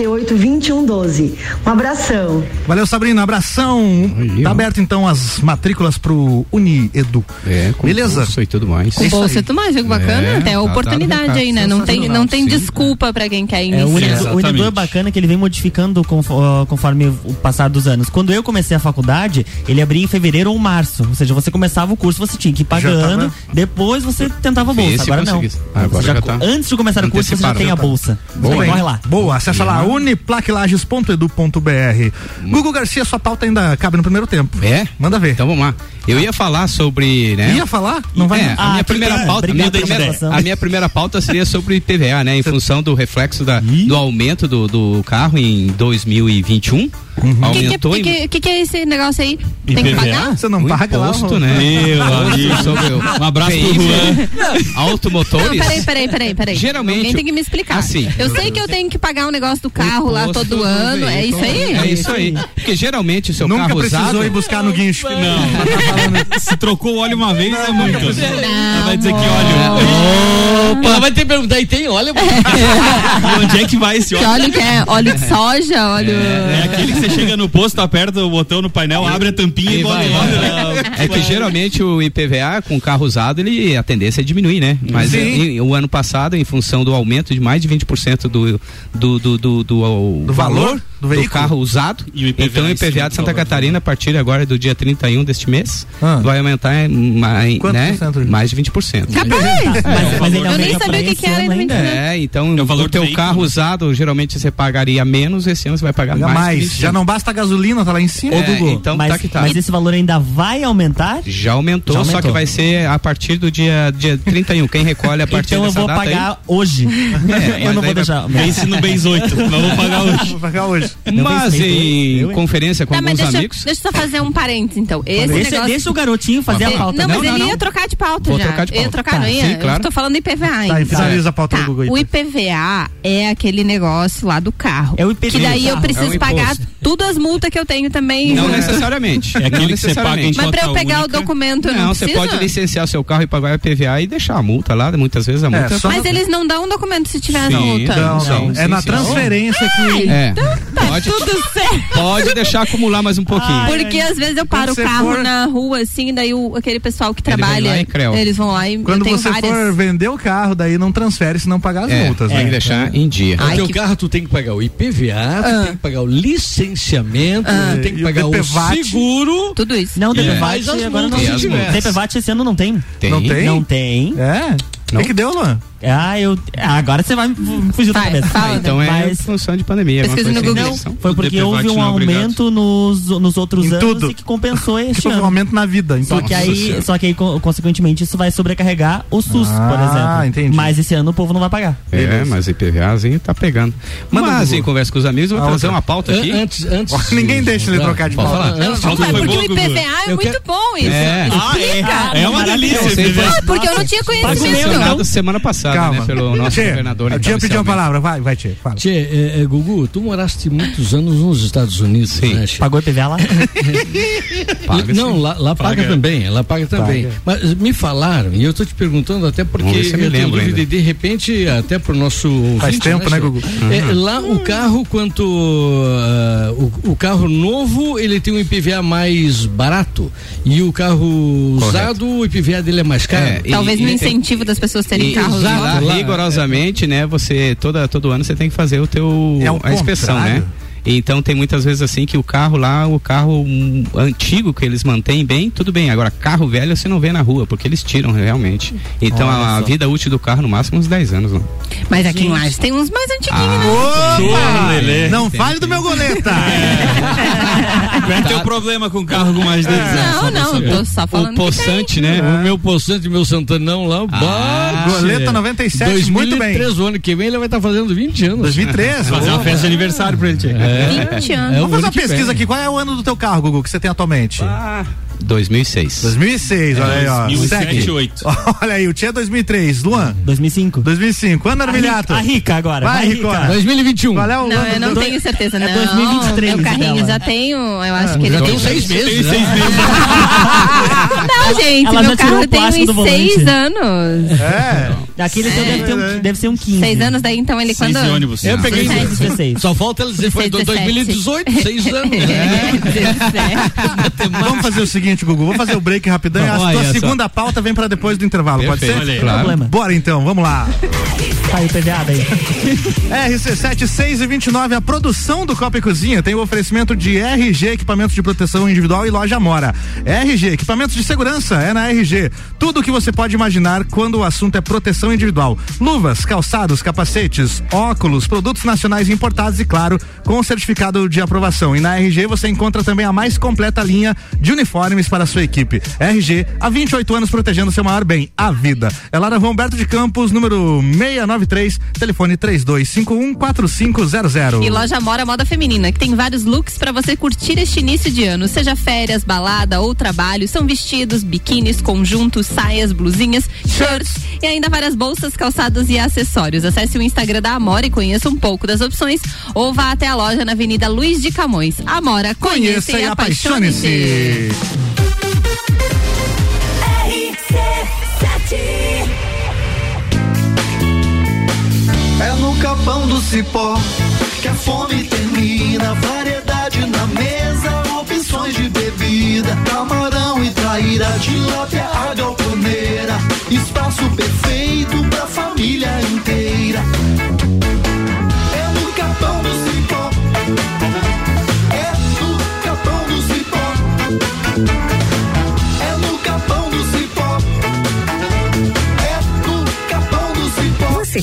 Speaker 10: 999382112. Um abração.
Speaker 1: Valeu, Sabrina. Abração.
Speaker 4: Valeu.
Speaker 1: Tá aberto então as matrículas pro Uniedu.
Speaker 4: É, com
Speaker 1: Beleza?
Speaker 4: bolsa e tudo mais.
Speaker 1: É
Speaker 5: Com
Speaker 1: isso
Speaker 5: bolsa
Speaker 1: aí.
Speaker 5: e tudo mais, viu que bacana?
Speaker 4: É, tá
Speaker 5: Até a
Speaker 4: dado
Speaker 5: oportunidade
Speaker 4: recado.
Speaker 5: aí, né? Não tem, não tem
Speaker 4: Sensacional, sim.
Speaker 5: desculpa pra quem quer
Speaker 8: É, o
Speaker 5: iniciar.
Speaker 8: Unedu, o Unedu é
Speaker 6: Exatamente.
Speaker 8: bacana que ele vem modificando confo- ah, conforme o passar dos anos. Quando eu comecei a faculdade, ele abria em fevereiro ou março. Ou seja, você começava o curso, você tinha que ir pagando,
Speaker 1: tava-
Speaker 8: depois você tentava a bolsa.
Speaker 4: Esse
Speaker 8: Agora não.
Speaker 4: conseguisse. Ah, agora
Speaker 8: Você já
Speaker 4: já
Speaker 8: co-
Speaker 4: tá.
Speaker 8: Antes de começar o curso, você já
Speaker 4: Anteciparam.
Speaker 8: tem a
Speaker 4: Já tá.
Speaker 8: bolsa.
Speaker 1: Boa,
Speaker 8: Então,
Speaker 1: hein?
Speaker 8: corre lá. Uhum.
Speaker 1: Boa, acessa lá uniplaclages.edu.br. Google Garcia, sua pauta ainda cabe no primeiro tempo.
Speaker 4: É?
Speaker 1: Manda ver.
Speaker 4: Então vamos lá. Eu ia falar sobre, né?
Speaker 1: Ia falar? Não vai.
Speaker 4: É,
Speaker 1: não.
Speaker 8: Ah,
Speaker 4: a, minha
Speaker 8: aqui
Speaker 4: primeira
Speaker 1: tá.
Speaker 8: tem-
Speaker 4: pauta, a, minha
Speaker 8: obrigado pela
Speaker 4: primeira,
Speaker 8: participação.
Speaker 4: a minha primeira pauta seria sobre IPVA, né? Em função do reflexo da, do aumento do, do carro em 2021.
Speaker 5: O que,
Speaker 4: Aumentou
Speaker 5: que,
Speaker 4: em
Speaker 5: que, que, que é esse negócio aí? Tem que
Speaker 6: IPVA?
Speaker 5: pagar?
Speaker 1: Você não
Speaker 4: o
Speaker 1: paga lá,
Speaker 4: imposto,
Speaker 1: o-
Speaker 4: né?
Speaker 6: Meu
Speaker 4: Imposto
Speaker 6: amigo.
Speaker 4: sobre o-
Speaker 6: Um abraço pro
Speaker 4: veículo,
Speaker 6: Juan.
Speaker 5: Não,
Speaker 4: Automotores.
Speaker 5: peraí, peraí, peraí, peraí.
Speaker 4: Geralmente-
Speaker 5: Alguém tem que me explicar.
Speaker 4: Assim.
Speaker 5: eu sei que eu tenho que pagar o negócio do carro
Speaker 4: O
Speaker 5: lá
Speaker 4: imposto
Speaker 5: todo
Speaker 4: do
Speaker 5: ano. É isso
Speaker 4: veículo.
Speaker 5: aí?
Speaker 4: É isso aí. Porque geralmente o seu
Speaker 1: Nunca
Speaker 4: carro
Speaker 1: precisou
Speaker 4: usado.
Speaker 1: ir buscar no guincho.
Speaker 6: tá Não. Se trocou o óleo uma vez, é muito. Ela vai dizer que
Speaker 5: amor.
Speaker 6: óleo. é
Speaker 7: Opa, vai ter que perguntar, e tem óleo?
Speaker 6: E onde é que vai esse
Speaker 5: Que
Speaker 6: óleo?
Speaker 5: óleo que é? Óleo de soja, óleo.
Speaker 6: É aquele que você chega no posto, aperta o botão no painel, abre a tampinha
Speaker 4: Aí
Speaker 6: e né? bota
Speaker 4: vai,
Speaker 6: o óleo. na-
Speaker 4: É que geralmente o IPVA com carro usado, ele a tendência é diminuir, né? Mas
Speaker 1: Sim.
Speaker 4: em- o ano passado, em função do aumento de mais de 20% do do do, do, do, o
Speaker 1: Do valor do veículo?
Speaker 4: carro usado,
Speaker 6: E o IPVA
Speaker 4: então o
Speaker 6: em cima
Speaker 4: IPVA
Speaker 6: do
Speaker 4: de Santa
Speaker 6: valor.
Speaker 4: Catarina a partir agora do dia 31 deste mês
Speaker 1: Ah.
Speaker 4: vai aumentar em mais,
Speaker 1: Quanto
Speaker 4: né?
Speaker 1: por cento, Júlio?
Speaker 4: mais de 20%.
Speaker 5: Capaz!
Speaker 8: Mas, mas ele
Speaker 5: Eu nem
Speaker 8: aumenta
Speaker 5: sabia
Speaker 8: pra
Speaker 5: o que, que
Speaker 8: esse
Speaker 5: era.
Speaker 8: ano
Speaker 5: ele me
Speaker 8: ainda.
Speaker 5: ensinou.
Speaker 4: É, então
Speaker 6: É o valor
Speaker 4: o
Speaker 6: do
Speaker 4: teu
Speaker 6: veículo,
Speaker 4: carro
Speaker 6: né?
Speaker 4: usado, geralmente você pagaria menos, esse ano você vai pagar
Speaker 1: Paga
Speaker 4: mais.
Speaker 1: mais.
Speaker 4: 20%.
Speaker 1: Já não basta a gasolina, tá lá em cima.
Speaker 4: É,
Speaker 1: Ô, Gugu.
Speaker 4: então
Speaker 8: mas,
Speaker 4: tá que tá.
Speaker 8: mas esse valor ainda vai aumentar?
Speaker 4: Já aumentou,
Speaker 8: Já
Speaker 4: só
Speaker 8: aumentou.
Speaker 4: que vai ser a partir do dia, dia 31. Quem recolhe a partir
Speaker 8: Então eu
Speaker 4: dessa
Speaker 8: vou
Speaker 4: data aí- É,
Speaker 8: pagar hoje.
Speaker 4: mas daí
Speaker 8: eu não vou
Speaker 4: vai-
Speaker 8: deixar.
Speaker 6: Vence no Bens 8. Não vou pagar hoje.
Speaker 1: Vou pagar hoje.
Speaker 4: Mas
Speaker 8: Eu pensei,
Speaker 4: em
Speaker 8: eu, hein?
Speaker 4: conferência com
Speaker 5: Tá, mas
Speaker 4: alguns
Speaker 5: deixa,
Speaker 4: amigos,
Speaker 5: deixa eu só fazer um parênteses, então. Esse
Speaker 8: Deixa,
Speaker 5: negócio.
Speaker 8: deixa é o garotinho fazer a
Speaker 5: É,
Speaker 8: pauta.
Speaker 5: Não, mas
Speaker 4: Não,
Speaker 5: ele
Speaker 4: não,
Speaker 5: ia
Speaker 4: não.
Speaker 5: trocar de pauta
Speaker 4: Vou
Speaker 5: já.
Speaker 4: trocar de
Speaker 5: Ia
Speaker 4: pauta.
Speaker 5: trocar,
Speaker 4: Tá,
Speaker 5: não ia?
Speaker 4: sim,
Speaker 5: Eu
Speaker 4: claro.
Speaker 5: tô falando IPVA
Speaker 1: Tá, e
Speaker 5: ainda.
Speaker 1: finaliza a pauta
Speaker 5: Tá,
Speaker 1: do então. Gugu aí.
Speaker 5: o IPVA é aquele negócio lá do carro.
Speaker 8: É o IPVA
Speaker 5: Que daí
Speaker 8: do
Speaker 5: eu
Speaker 8: carro.
Speaker 4: É um
Speaker 5: preciso
Speaker 4: imposto.
Speaker 5: pagar tudo as multas que eu tenho também.
Speaker 4: não necessariamente.
Speaker 6: É aquele
Speaker 4: não
Speaker 6: que você paga em
Speaker 4: necessariamente.
Speaker 5: Mas pra eu
Speaker 6: Nota
Speaker 5: pegar
Speaker 6: única.
Speaker 5: o documento, eu não,
Speaker 4: Não, você
Speaker 5: preciso?
Speaker 4: pode licenciar o seu carro e pagar o IPVA e deixar a multa lá. Muitas vezes a multa.
Speaker 1: É, só
Speaker 5: Mas
Speaker 1: na-
Speaker 5: eles não dão um documento se tiver as
Speaker 4: Sim,
Speaker 5: multas.
Speaker 1: Não, não.
Speaker 4: Não,
Speaker 1: É
Speaker 4: sim,
Speaker 1: na
Speaker 4: sim.
Speaker 1: transferência que.
Speaker 4: É.
Speaker 5: Tá
Speaker 4: Pode,
Speaker 5: tudo certo.
Speaker 4: pode deixar acumular mais um pouquinho.
Speaker 8: Ai,
Speaker 5: Porque às vezes eu paro o
Speaker 1: você
Speaker 5: carro
Speaker 1: for-
Speaker 5: na rua, assim, daí o- aquele pessoal que
Speaker 4: Ele vai
Speaker 5: trabalha.
Speaker 4: lá e creu.
Speaker 5: Eles vão lá e eu
Speaker 1: Quando
Speaker 5: tenho
Speaker 1: você
Speaker 5: várias.
Speaker 1: for vender o carro, daí não transfere se não pagar as
Speaker 4: é,
Speaker 1: multas,
Speaker 4: tem que
Speaker 1: né?
Speaker 4: deixar em dia.
Speaker 5: Ai,
Speaker 7: Então, o teu
Speaker 5: que-
Speaker 7: carro tu tem que pagar o IPVA,
Speaker 5: Ah.
Speaker 7: tu tem que pagar o licenciamento,
Speaker 8: Ah.
Speaker 7: tu tem
Speaker 1: E
Speaker 7: que
Speaker 1: o
Speaker 7: pagar o,
Speaker 1: DPVAT.
Speaker 7: seguro.
Speaker 5: Tudo isso.
Speaker 4: É.
Speaker 8: Não,
Speaker 7: Mas
Speaker 8: DPVAT
Speaker 7: as
Speaker 8: agora não
Speaker 7: multas,
Speaker 4: e as
Speaker 8: tem.
Speaker 4: multas?
Speaker 8: DPVAT esse ano não tem.
Speaker 4: Tem.
Speaker 1: Não tem?
Speaker 8: Não tem.
Speaker 1: É? O
Speaker 4: Não.
Speaker 1: que deu, Luan?
Speaker 8: Ah, eu. ah, agora você vai me fugir da
Speaker 5: Vai,
Speaker 8: cabeça.
Speaker 5: fala,
Speaker 4: Ah, então é
Speaker 8: Mas-
Speaker 4: função de pandemia. alguma
Speaker 5: Pesquisa
Speaker 4: coisa
Speaker 5: no
Speaker 4: assim.
Speaker 5: Google.
Speaker 4: São-
Speaker 8: Foi porque
Speaker 6: DPVAT
Speaker 8: houve um
Speaker 6: não é obrigado.
Speaker 8: aumento nos, nos outros
Speaker 1: Em
Speaker 8: anos
Speaker 1: tudo.
Speaker 8: e que compensou
Speaker 1: Que
Speaker 8: este
Speaker 1: foi um
Speaker 8: ano.
Speaker 1: aumento na vida. Então.
Speaker 8: Só que,
Speaker 4: Nossa
Speaker 8: aí,
Speaker 4: Senhora.
Speaker 8: só que aí, co- consequentemente, isso vai sobrecarregar o SUS,
Speaker 1: Ah,
Speaker 8: por exemplo.
Speaker 1: entendi.
Speaker 8: Mas esse ano o povo não vai pagar.
Speaker 4: É, mas IPVAzinho tá pegando.
Speaker 1: Manda,
Speaker 4: Mas
Speaker 1: Gugu.
Speaker 4: em conversa com os amigos, eu
Speaker 1: A
Speaker 4: vou trazer
Speaker 1: outra.
Speaker 4: uma pauta
Speaker 7: An-
Speaker 4: aqui.
Speaker 7: Antes, antes.
Speaker 1: Ninguém deixa ele trocar de
Speaker 4: Pode
Speaker 1: bola.
Speaker 4: falar?
Speaker 5: Não,
Speaker 7: antes
Speaker 5: não,
Speaker 7: de-
Speaker 5: é
Speaker 6: foi
Speaker 5: porque o
Speaker 6: bom, Gugu.
Speaker 5: IPVA é
Speaker 7: Eu
Speaker 5: muito
Speaker 7: quero-
Speaker 5: bom isso.
Speaker 4: É.
Speaker 5: Explica.
Speaker 6: É uma delícia.
Speaker 4: Eu sei,
Speaker 6: né?
Speaker 5: Ah, porque eu não tinha conhecimento.
Speaker 4: Mencionado semana passada,
Speaker 1: Calma.
Speaker 4: né, pelo nosso
Speaker 1: Tchê,
Speaker 4: governador.
Speaker 1: eu
Speaker 4: então,
Speaker 1: tinha pedido a
Speaker 4: inicialmente.
Speaker 1: palavra. Vai, vai, Tchê. Fala.
Speaker 7: Tchê, é, é, Gugu, tu moraste muitos anos nos Estados Unidos,
Speaker 4: Sim.
Speaker 7: né, Tchê?
Speaker 8: Pagou IPVA lá?
Speaker 4: Paga,
Speaker 7: não,
Speaker 4: sim.
Speaker 7: lá, lá paga,
Speaker 6: Paga.
Speaker 7: também, ela paga também.
Speaker 1: Paga.
Speaker 7: Mas me falaram, e eu estou te perguntando até porque
Speaker 4: Vamos ver se eu
Speaker 7: eu,
Speaker 4: me
Speaker 7: tenho
Speaker 4: lembro
Speaker 7: dúvida, e
Speaker 4: ainda.
Speaker 7: de repente, até pro nosso ouvinte,
Speaker 1: Faz tempo, né,
Speaker 7: Tchê?
Speaker 1: Gugu?
Speaker 7: É, lá o carro, quanto ah, o, o carro novo, ele tem um IPVA mais barato, e o carro
Speaker 4: Correto.
Speaker 7: usado, o IPVA dele é mais caro.
Speaker 4: É, e-
Speaker 5: Talvez no
Speaker 4: e tem-
Speaker 5: incentivo das pessoas terem
Speaker 4: E,
Speaker 5: carros
Speaker 7: exato.
Speaker 5: novos.
Speaker 4: lá,
Speaker 7: lá,
Speaker 4: rigorosamente, né? Você toda todo ano você tem que fazer o teu
Speaker 1: É o
Speaker 4: a inspeção,
Speaker 1: contrário.
Speaker 4: né? Então tem muitas vezes assim que o carro lá, o carro hum, antigo que eles mantêm bem, tudo bem. Agora, carro velho você não vê na rua, porque eles tiram realmente. Então a, a vida útil do carro, no máximo, uns 10 anos. né? Não.
Speaker 5: Mas aqui em Lages tem uns mais antiquinhos, né? É.
Speaker 1: Opa! Não fale do meu goleta!
Speaker 6: Qual é
Speaker 7: um
Speaker 6: teu problema com o carro com mais de 10
Speaker 7: né?
Speaker 6: anos?
Speaker 5: Não, não, tô só
Speaker 7: O
Speaker 5: falando que
Speaker 7: poçante,
Speaker 1: É.
Speaker 7: né? O meu poçante, meu Santanão lá, o ah,
Speaker 1: Goleta 97, muito bem.
Speaker 7: O ano que vem ele vai estar fazendo 20 anos.
Speaker 1: 2013.
Speaker 6: Fazer uma festa de aniversário pra ele, Tchê.
Speaker 5: tem 20 anos.
Speaker 7: É o
Speaker 1: Vamos fazer
Speaker 7: ano
Speaker 1: uma
Speaker 7: que
Speaker 1: pesquisa
Speaker 7: vem.
Speaker 1: aqui. Qual é o ano do teu carro, Gugu, que você tem atualmente?
Speaker 4: 2006.
Speaker 1: 2006, olha aí, ó.
Speaker 6: 2007,
Speaker 1: Segue.
Speaker 6: 8.
Speaker 1: Olha aí, o é Tia 2003. Luan,
Speaker 8: 2005.
Speaker 1: 2005. Ano Armilhato.
Speaker 8: A rica agora.
Speaker 1: Vai, Ricona.
Speaker 7: 2021.
Speaker 1: Qual é o
Speaker 5: Não,
Speaker 1: ano
Speaker 5: eu
Speaker 1: do
Speaker 5: não
Speaker 1: teu-
Speaker 5: tenho certeza, não.
Speaker 8: 2023
Speaker 5: Meu carrinho
Speaker 8: dela.
Speaker 5: já tenho, eu acho que ele
Speaker 7: Já
Speaker 5: tem.
Speaker 7: tem seis meses.
Speaker 6: Tem
Speaker 7: né?
Speaker 6: seis meses.
Speaker 5: Não, gente,
Speaker 8: ela
Speaker 5: meu
Speaker 8: já tirou
Speaker 5: carro
Speaker 8: o plástico
Speaker 5: tem
Speaker 8: do
Speaker 5: uns
Speaker 8: volante.
Speaker 5: 6 anos.
Speaker 1: É.
Speaker 8: Aquele teu deve, ter um, deve ser um 15.
Speaker 5: 6 anos daí, então ele
Speaker 6: Seis
Speaker 5: quando.
Speaker 6: de ônibus.
Speaker 4: né?
Speaker 7: Eu peguei.
Speaker 8: 16, 16.
Speaker 7: Só falta ele dizer foi
Speaker 5: 16,
Speaker 7: 2018, seis anos. né?
Speaker 5: É, 17.
Speaker 1: Vamos fazer o seguinte, Gugu. Vamos fazer o break rapidão. e a
Speaker 7: Olha
Speaker 1: tua
Speaker 7: só.
Speaker 1: segunda pauta vem pra depois do intervalo,
Speaker 6: Perfeito.
Speaker 1: pode
Speaker 6: Olha aí.
Speaker 1: ser?
Speaker 8: Problema.
Speaker 1: Bora então, vamos lá.
Speaker 8: Tá aí, PVA daí.
Speaker 1: RC7, 6 e 29 a produção do Copa e Cozinha tem o oferecimento de RG Equipamentos de Proteção Individual e Loja Mora. RG Equipamentos de Segurança é na RG. Tudo o que você pode imaginar quando o assunto é proteção individual: luvas, calçados, capacetes, óculos, produtos nacionais importados e, claro, com certificado de aprovação. E na RG você encontra também a mais completa linha de uniformes para a sua equipe. RG, há 28 anos protegendo seu maior bem, a vida. É lá na Rua Humberto de Campos, número 693, telefone 32514500.
Speaker 5: E loja Mora Moda Feminina, que tem vários looks pra você curtir este início de ano, seja férias, balada ou trabalho. São vestidos, biquínis, conjuntos, saias, blusinhas, shirts e ainda várias bolsas, calçados e acessórios. Acesse o Instagram da Amora e conheça um pouco das opções ou vá até a loja na Avenida Luiz de Camões. Amora, conheça,
Speaker 1: Conheça e apaixone-se.
Speaker 9: É no capão do cipó que a fome termina. Variedade na mesa, opções de bebida. Camarão e traíra, tilápia, a galponeira. Espaço perfeito pra família inteira. É no capão do cipó. É no capão do cipó. É no capão do cipó. É no capão do cipó.
Speaker 11: Você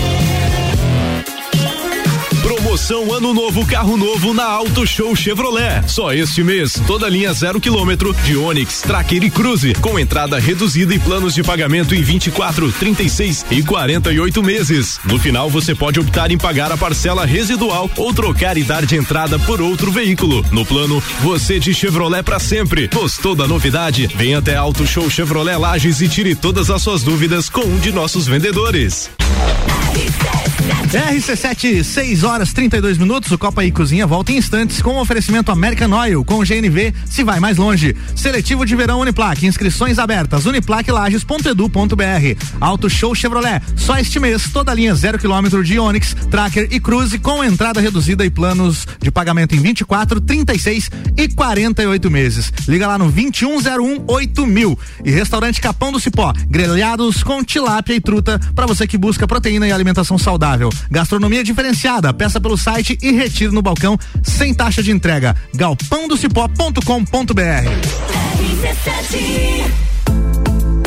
Speaker 12: Promoção Ano Novo Carro Novo na Auto Show Chevrolet. Só este mês, toda linha zero quilômetro de Onix, Tracker e Cruze, com entrada reduzida e planos de pagamento em 24, 36 e 48 meses. No final, você pode optar em pagar a parcela residual ou trocar e dar de entrada por outro veículo. No plano, você de Chevrolet para sempre. Gostou da novidade? Vem até Auto Show Chevrolet Lages e tire todas as suas dúvidas com um de nossos vendedores.
Speaker 1: RC7, 6 horas 32 minutos. O Copa e Cozinha volta em instantes com o oferecimento American Oil. Com o GNV, se vai mais longe. Seletivo de verão Uniplac. Inscrições abertas. Uniplaclages.edu.br. Auto Show Chevrolet. Só este mês, toda a linha 0km de Onix, Tracker e Cruze com entrada reduzida e planos de pagamento em 24, 36 e 48 meses. Liga lá no 2101 8000. E restaurante Capão do Cipó. Grelhados com tilápia e truta para você que busca proteína e alimentação saudável. Gastronomia diferenciada. Peça pelo site e retire no balcão sem taxa de entrega. galpãodocipó.com.br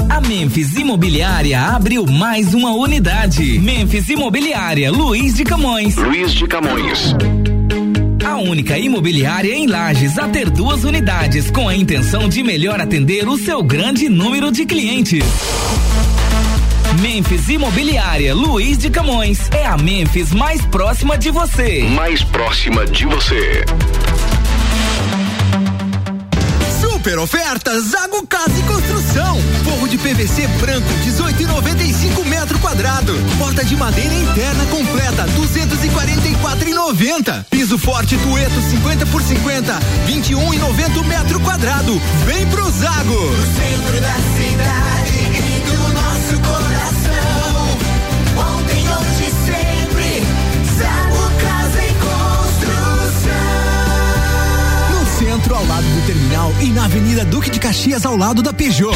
Speaker 9: A Memphis Imobiliária abriu mais uma unidade. Memphis Imobiliária, Luiz de Camões.
Speaker 12: Luiz de Camões.
Speaker 9: A única imobiliária em Lages a ter duas unidades, com a intenção de melhor atender o seu grande número de clientes. Memphis Imobiliária Luiz de Camões é a Memphis mais próxima de você.
Speaker 12: mais próxima de você.
Speaker 9: Super ofertas Zago Casa e Construção. Forro de PVC branco 18,95 metro quadrado. Porta de madeira interna completa 244,90.
Speaker 13: 90. Piso forte Dueto 50 por 50, 21 e 90 metro quadrado. Vem pro Zago.
Speaker 9: No centro da cidade e do nosso coração. Ontem, hoje, sempre. Zago Casa em Construção.
Speaker 13: No centro, ao lado do terminal e na Avenida Duque de Caxias, ao lado da Peugeot.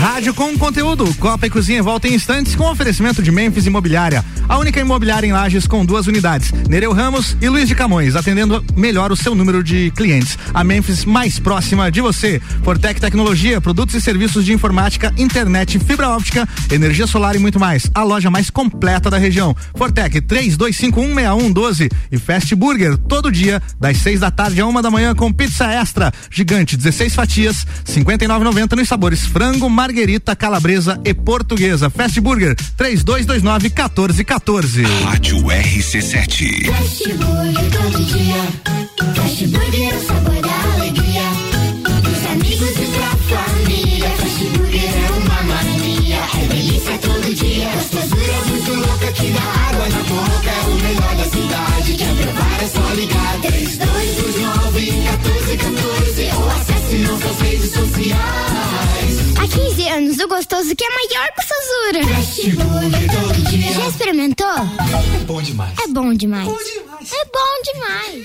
Speaker 1: Rádio com conteúdo. Copa e Cozinha volta em instantes com oferecimento de Memphis Imobiliária. A única imobiliária em Lages com duas unidades. Nereu Ramos e Luiz de Camões, atendendo melhor o seu número de clientes. A Memphis mais próxima de você. Fortec Tecnologia, produtos e serviços de informática, internet, fibra óptica, energia solar e muito mais. A loja mais completa da região. Fortec 32516112 e Fast Burger, todo dia, das 6 da tarde a uma da manhã com pizza extra. Gigante, 16 fatias, 59,90 nos sabores frango, marguerita, calabresa e portuguesa. Fast Burger 3229 1414.
Speaker 14: Rádio RC7.
Speaker 9: Fast Burger todo dia. Fast Burger é o sabor da alegria. Dos amigos e da família. Fast Burger é uma mania. É delícia todo dia. Gostosura muito louca que dá água na boca. É o melhor da cidade. Quer provar é só ligar. um, 3229 1414. Ou acesse nossas redes sociais.
Speaker 3: Há 15 anos, o gostoso que é maior que o Sazura. Já experimentou? É bom demais. É bom demais. É bom demais.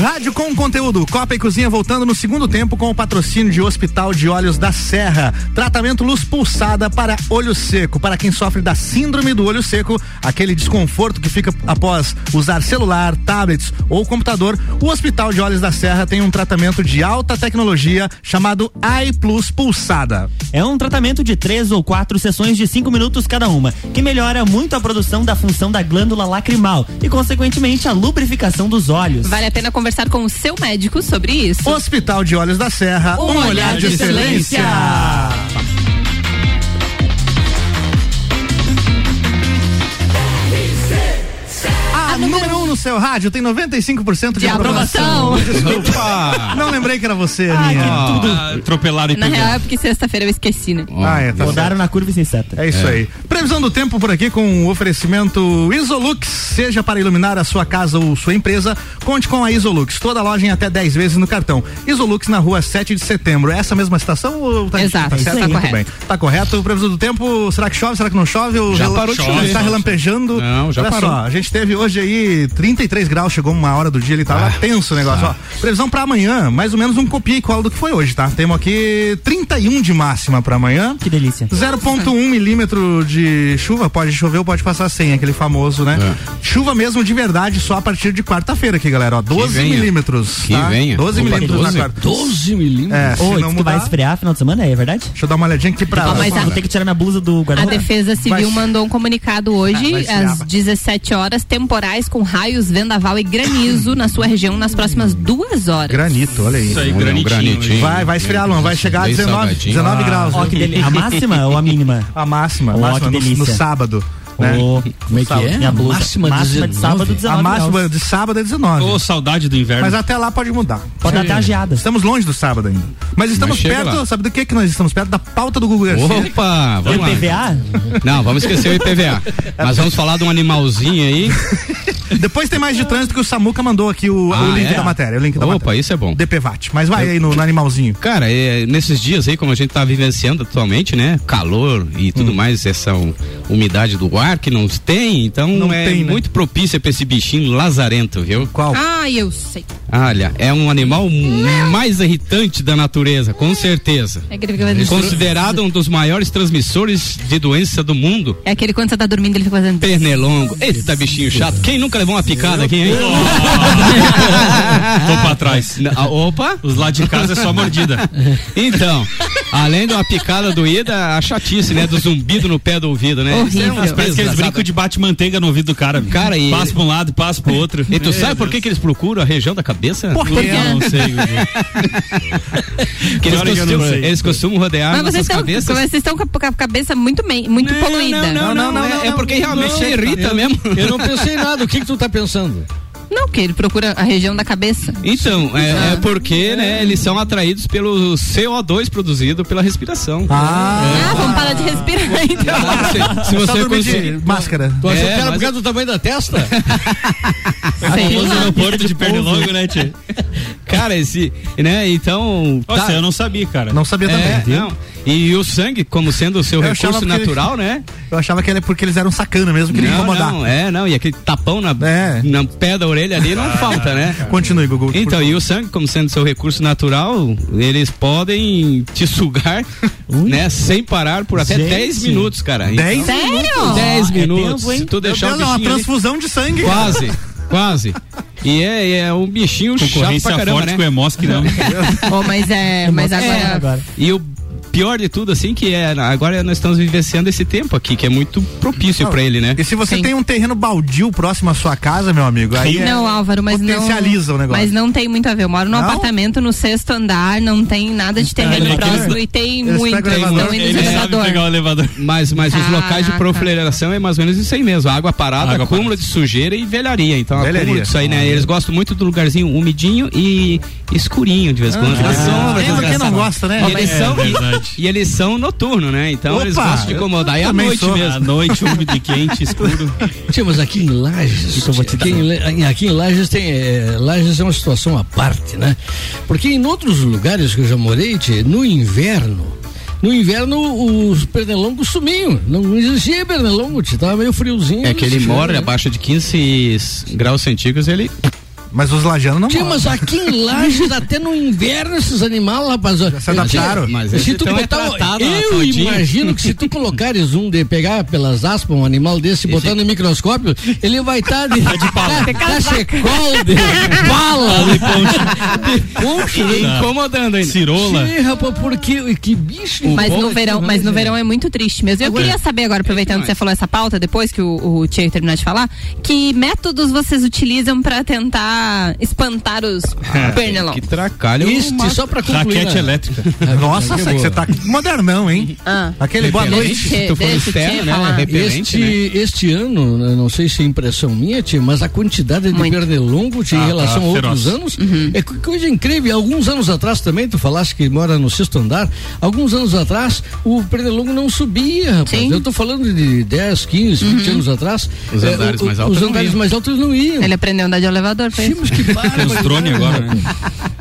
Speaker 1: Rádio com conteúdo. Copa e Cozinha voltando no segundo tempo com o patrocínio de Hospital de Olhos da Serra. Tratamento luz pulsada para olho seco. Para quem sofre da síndrome do olho seco, aquele desconforto que fica após usar celular, tablets ou computador, o Hospital de Olhos da Serra tem um tratamento de alta tecnologia chamado AI Plus Pulsada.
Speaker 8: É um tratamento de três ou quatro sessões de cinco minutos cada uma, que melhora muito a produção da função da glândula lacrimal e, consequentemente, a lubrificação dos olhos.
Speaker 5: Vale a pena conversar com o seu médico sobre isso.
Speaker 1: Hospital de Olhos da Serra, um, olhar, de excelência.
Speaker 9: é
Speaker 1: A número um no seu rádio tem 95% de,
Speaker 5: De aprovação.
Speaker 1: Desculpa. Não lembrei que era você, Aninha.
Speaker 6: Ah, Atropelaram e
Speaker 5: Na real
Speaker 6: pegaram.
Speaker 5: é porque sexta-feira eu esqueci, né?
Speaker 1: Ah, é, tá
Speaker 8: Rodaram na curva e sem seta.
Speaker 1: É isso aí. Previsão do tempo por aqui com o oferecimento Isolux, seja para iluminar a sua casa ou sua empresa, conte com a Isolux, toda loja em até 10 vezes no cartão. Isolux na rua 7 de setembro. É essa mesma estação ou tá
Speaker 5: Exato,
Speaker 1: tá certo?
Speaker 5: isso aí.
Speaker 1: Muito
Speaker 5: Correto.
Speaker 1: bem. Tá correto. Previsão do tempo, será que chove, será que não chove? O
Speaker 4: Já
Speaker 1: rela-
Speaker 4: parou de
Speaker 1: chove,
Speaker 4: chover.
Speaker 1: Está relampejando.
Speaker 4: Não, já
Speaker 1: Olha
Speaker 4: parou.
Speaker 1: só, a gente teve hoje aí 30 33 graus, chegou uma hora do dia, ele
Speaker 4: Ah,
Speaker 1: tava tenso o negócio.
Speaker 4: tá.
Speaker 1: Ó, previsão pra amanhã, mais ou menos um copia e cola do que foi hoje, tá? Temos aqui 31 de máxima pra amanhã.
Speaker 8: Que delícia.
Speaker 1: 0,1 milímetro de chuva, pode chover ou pode passar sem, aquele famoso, né?
Speaker 4: É.
Speaker 1: Chuva mesmo de verdade só a partir de quarta-feira aqui, galera. Ó, 12
Speaker 4: venha.
Speaker 1: milímetros.
Speaker 4: Que
Speaker 1: tá?
Speaker 4: venha.
Speaker 1: 12
Speaker 4: Opa,
Speaker 1: milímetros
Speaker 4: 12?
Speaker 1: na quarta.
Speaker 7: 12 milímetros?
Speaker 1: É, se
Speaker 8: Ô, diz
Speaker 1: não
Speaker 8: que
Speaker 1: mudar.
Speaker 8: vai esfriar final de semana, é verdade?
Speaker 1: Deixa eu dar uma olhadinha aqui pra. tá.
Speaker 8: Ah, mas
Speaker 1: pra-
Speaker 8: vou ter que tirar minha blusa do
Speaker 5: A
Speaker 8: guarda-roupa.
Speaker 5: Defesa Civil
Speaker 1: Vai-
Speaker 5: mandou um comunicado
Speaker 1: Ah,
Speaker 5: hoje,
Speaker 1: vai se
Speaker 5: às
Speaker 1: aba.
Speaker 5: 17 horas, temporais com raios, vendaval e granizo na sua região nas próximas duas horas.
Speaker 1: Granito, olha aí.
Speaker 5: Isso aí,
Speaker 1: Olha, um
Speaker 5: granitinho.
Speaker 1: Vai, vai esfriar, Luan. Vai chegar a
Speaker 5: Bem
Speaker 1: 19,
Speaker 5: salgadinho.
Speaker 1: 19
Speaker 5: Ah,
Speaker 1: graus.
Speaker 5: ó,
Speaker 1: viu?
Speaker 5: que delícia. A máxima
Speaker 8: ou a mínima?
Speaker 1: A máxima, é a
Speaker 8: Ó,
Speaker 1: máxima
Speaker 8: que
Speaker 1: no, no
Speaker 8: delícia.
Speaker 1: sábado. Né?
Speaker 8: Ô,
Speaker 1: No
Speaker 8: como é que
Speaker 1: sábado.
Speaker 8: é? Minha blusa. Máxima Máxima de 19. sábado, 19
Speaker 1: A máxima
Speaker 8: graus.
Speaker 1: de sábado é 19.
Speaker 6: Ô, saudade do inverno.
Speaker 1: Mas até lá pode mudar.
Speaker 6: Pode dar até uma
Speaker 1: geada. Estamos longe do sábado ainda. Mas estamos
Speaker 4: Mas chega
Speaker 1: perto,
Speaker 4: lá.
Speaker 1: sabe do que que nós estamos perto? Da pauta do Google Garcia.
Speaker 4: Opa, vamos lá. então. Não, vamos esquecer o IPVA. Mas vamos falar de um animalzinho aí.
Speaker 1: Depois tem mais de trânsito que o Samuca mandou aqui o, o
Speaker 4: Ah,
Speaker 1: link
Speaker 4: é?
Speaker 1: da matéria. O link da
Speaker 4: Opa,
Speaker 1: matéria.
Speaker 4: isso é bom.
Speaker 1: DPVAT. Mas vai aí no, no animalzinho.
Speaker 4: Cara, é, nesses dias aí, como a gente tá vivenciando atualmente, né? Calor e
Speaker 1: Hum.
Speaker 4: tudo mais, essa um- umidade do ar que não tem, então
Speaker 1: Não
Speaker 4: é
Speaker 1: tem, né?
Speaker 4: muito propícia pra esse bichinho lazarento, viu?
Speaker 1: Qual?
Speaker 5: Ah, eu sei.
Speaker 4: Olha, é um animal mais irritante da natureza, com certeza.
Speaker 5: É aquele que vai destruir-
Speaker 4: Considerado um dos maiores transmissores de doença do mundo.
Speaker 5: É aquele quando você tá dormindo, ele fica fazendo.
Speaker 4: Pernelongo. Esse tá bichinho chato. Quem nunca levou uma picada aqui, hein?
Speaker 6: Tô pra trás.
Speaker 4: ah, opa!
Speaker 6: Os lá de casa é só mordida.
Speaker 4: Então, além de uma picada doída, a chatice, né? Do zumbido no pé do ouvido, né? Isso é uma
Speaker 6: Mas Parece que eles
Speaker 4: desgraçada.
Speaker 6: brincam de bate-manteiga no ouvido do cara.
Speaker 4: Cara, e-
Speaker 6: Passa pra um lado, passa pro outro.
Speaker 4: E tu Então, sabe por que, que eles procuram a região da cabeça?
Speaker 6: Por quê? Eu não sei,
Speaker 4: Porque eles,
Speaker 6: Olha que eu não
Speaker 4: costumam,
Speaker 6: sei.
Speaker 4: eles costumam rodear
Speaker 5: Mas vocês é
Speaker 4: nossas
Speaker 5: estão,
Speaker 4: cabeças.
Speaker 5: vocês estão com a- com a cabeça muito, bem- muito poluída.
Speaker 4: não, não, não, é- é porque realmente irrita mesmo.
Speaker 7: Eu não pensei nada, o que, que tu tá pensando?
Speaker 5: Não, que ele procura a região da cabeça.
Speaker 4: Então,
Speaker 1: Ah.
Speaker 4: é, é porque né, eles são atraídos pelo CO2 produzido pela respiração.
Speaker 5: Ah, vamos parar de respirar então.
Speaker 4: É. Se
Speaker 1: É só
Speaker 4: você
Speaker 1: dormir de
Speaker 4: conseguir.
Speaker 1: máscara.
Speaker 7: Tu achou
Speaker 4: É,
Speaker 7: que era
Speaker 4: mas-
Speaker 7: por causa do tamanho da testa?
Speaker 6: Famoso aeroporto de Pernilongo, né, tio?
Speaker 4: Cara, esse. Né, então.
Speaker 6: Nossa, eu não sabia, cara.
Speaker 1: Não sabia
Speaker 4: É,
Speaker 1: também.
Speaker 4: não. E o sangue, como sendo o seu
Speaker 1: Eu achava
Speaker 4: recurso
Speaker 1: que-
Speaker 4: natural, né?
Speaker 1: Eu achava que era porque eles eram sacana mesmo, queria
Speaker 4: Não,
Speaker 1: incomodar.
Speaker 4: não, é, não. E aquele tapão na,
Speaker 1: É.
Speaker 4: na pé da orelha ali
Speaker 6: Ah.
Speaker 4: não falta, né?
Speaker 1: Continue, Gugu. por
Speaker 4: Então, e o sangue, como sendo seu recurso natural, eles podem te sugar, né, sem parar por até
Speaker 8: Gente.
Speaker 4: 10 minutos, cara.
Speaker 1: 10
Speaker 5: Sério?
Speaker 4: 10
Speaker 8: É
Speaker 4: minutos.
Speaker 8: tempo, hein?
Speaker 4: se tu
Speaker 1: Meu
Speaker 4: deixar
Speaker 1: Deus,
Speaker 4: o
Speaker 1: é uma
Speaker 4: bichinho ali-
Speaker 1: transfusão de sangue.
Speaker 4: Quase, quase. E é, é um bichinho chato pra
Speaker 6: Concorrência
Speaker 4: caramba,
Speaker 6: forte
Speaker 4: né?
Speaker 6: com o Emosc, não.
Speaker 7: Ah.
Speaker 5: Oh, mas é. Mas agora.
Speaker 8: É, agora.
Speaker 4: E o pior de tudo, assim, que é agora nós estamos vivenciando esse tempo aqui, que é muito propício pra ele, né?
Speaker 1: E se você
Speaker 5: Sim.
Speaker 1: tem um terreno baldio próximo à sua casa, meu amigo, aí é-
Speaker 5: Não, Álvaro, mas não.
Speaker 1: potencializa o negócio.
Speaker 5: Mas não tem muito a ver. Eu moro num
Speaker 1: Não?
Speaker 5: apartamento no sexto andar, não tem nada de terreno
Speaker 4: Tá, é
Speaker 6: Eles
Speaker 5: próximo
Speaker 6: pegam-
Speaker 5: e tem
Speaker 1: eles
Speaker 5: muito.
Speaker 1: pegam o
Speaker 5: Então
Speaker 1: elevador,
Speaker 5: indo de
Speaker 6: Ele sabe
Speaker 5: elevador.
Speaker 6: pegar o elevador.
Speaker 4: Mas, mas os locais de
Speaker 5: Caraca.
Speaker 4: proliferação é mais ou menos isso aí mesmo. Água parada,
Speaker 6: Água
Speaker 4: acúmulo de sujeira e velharia. Então,
Speaker 1: Velharia.
Speaker 4: acúmulo disso aí, né? Eles gostam muito do lugarzinho umidinho e escurinho de vez em quando.
Speaker 1: Ah,
Speaker 4: Da sombra,
Speaker 1: quem não- quem não
Speaker 4: desgraçado.
Speaker 1: gosta, né?
Speaker 4: E eles,
Speaker 6: É,
Speaker 4: são,
Speaker 6: verdade.
Speaker 4: e, e eles são noturnos, né? Então eles
Speaker 1: Opa,
Speaker 4: gostam de incomodar.
Speaker 1: eu
Speaker 4: É à
Speaker 1: também
Speaker 4: noite
Speaker 1: sou.
Speaker 4: mesmo.
Speaker 6: À noite, úmido e quente, escuro.
Speaker 7: Tia, mas aqui em Lages.
Speaker 4: Então
Speaker 7: aqui, em, La- em- aqui em Lages tem. eh, Lages é uma situação à parte, né? Porque em outros lugares que eu já morei, tia, no inverno. No inverno os pernilongos sumiam. Não existia pernilongo, tia, tava meio friozinho.
Speaker 4: É que ele
Speaker 7: tia,
Speaker 4: mora
Speaker 7: né?
Speaker 4: abaixo de 15 graus centígrados, ele.
Speaker 1: Mas os lajanos não
Speaker 7: Tia,
Speaker 1: moram.
Speaker 7: mas aqui em Lages, até no inverno, esses animais, rapaz.
Speaker 1: Já se adaptaram.
Speaker 4: Mas
Speaker 7: se
Speaker 4: eles
Speaker 7: tu
Speaker 4: tão é
Speaker 7: botar,
Speaker 4: tratado na
Speaker 7: eu
Speaker 4: fraldinha.
Speaker 7: imagino que se tu colocares um de pegar pelas aspas um animal desse e botar no microscópio, ele vai estar de, de pala. Cachecol de bala de poncho. De poncho,
Speaker 4: E
Speaker 7: né?
Speaker 4: incomodando ainda.
Speaker 6: Cirola.
Speaker 7: Sim, rapaz, porque que bicho.
Speaker 5: Mas
Speaker 7: bom
Speaker 5: no
Speaker 7: é
Speaker 5: verão,
Speaker 7: que-
Speaker 5: mas no verão é muito triste mesmo. Eu queria saber agora, aproveitando que você falou essa pauta, depois que o, o Tchê terminar de falar, que métodos vocês utilizam pra tentar espantar os
Speaker 4: Ah, Que
Speaker 7: É,
Speaker 4: um
Speaker 5: pernilongos?
Speaker 4: tracalho.
Speaker 7: Este, só pra concluir.
Speaker 6: Raquete
Speaker 7: né?
Speaker 6: elétrica.
Speaker 4: É
Speaker 1: Nossa,
Speaker 7: que
Speaker 1: que você tá modernão, hein?
Speaker 5: Ah.
Speaker 1: Aquele boa
Speaker 4: Repelente.
Speaker 1: noite.
Speaker 4: Se tu for
Speaker 5: Deixa o Tchê
Speaker 4: externo, né?
Speaker 5: falar.
Speaker 4: Repelente,
Speaker 7: Este,
Speaker 4: né?
Speaker 7: este ano, né, não sei se é impressão minha, tia, mas a quantidade de
Speaker 5: Muito. Uhum.
Speaker 7: pernilongo tia,
Speaker 6: Ah,
Speaker 7: em
Speaker 6: tá,
Speaker 7: relação a outros
Speaker 6: feroz.
Speaker 7: anos é co- coisa incrível. Alguns anos atrás também, tu falaste que mora no sexto andar, alguns anos atrás o pernilongo não subia, rapaz.
Speaker 5: Sim. Uhum.
Speaker 7: Eu tô falando de 10, 15, 20 anos atrás.
Speaker 4: Os
Speaker 7: eh,
Speaker 4: andares mais
Speaker 7: o-
Speaker 4: altos
Speaker 7: Os
Speaker 4: não
Speaker 7: andares
Speaker 4: iam. Tá,
Speaker 7: mais altos não iam.
Speaker 5: Ele aprendeu a andar de elevador, foi
Speaker 7: Temos que parar.
Speaker 6: Os drones agora, né?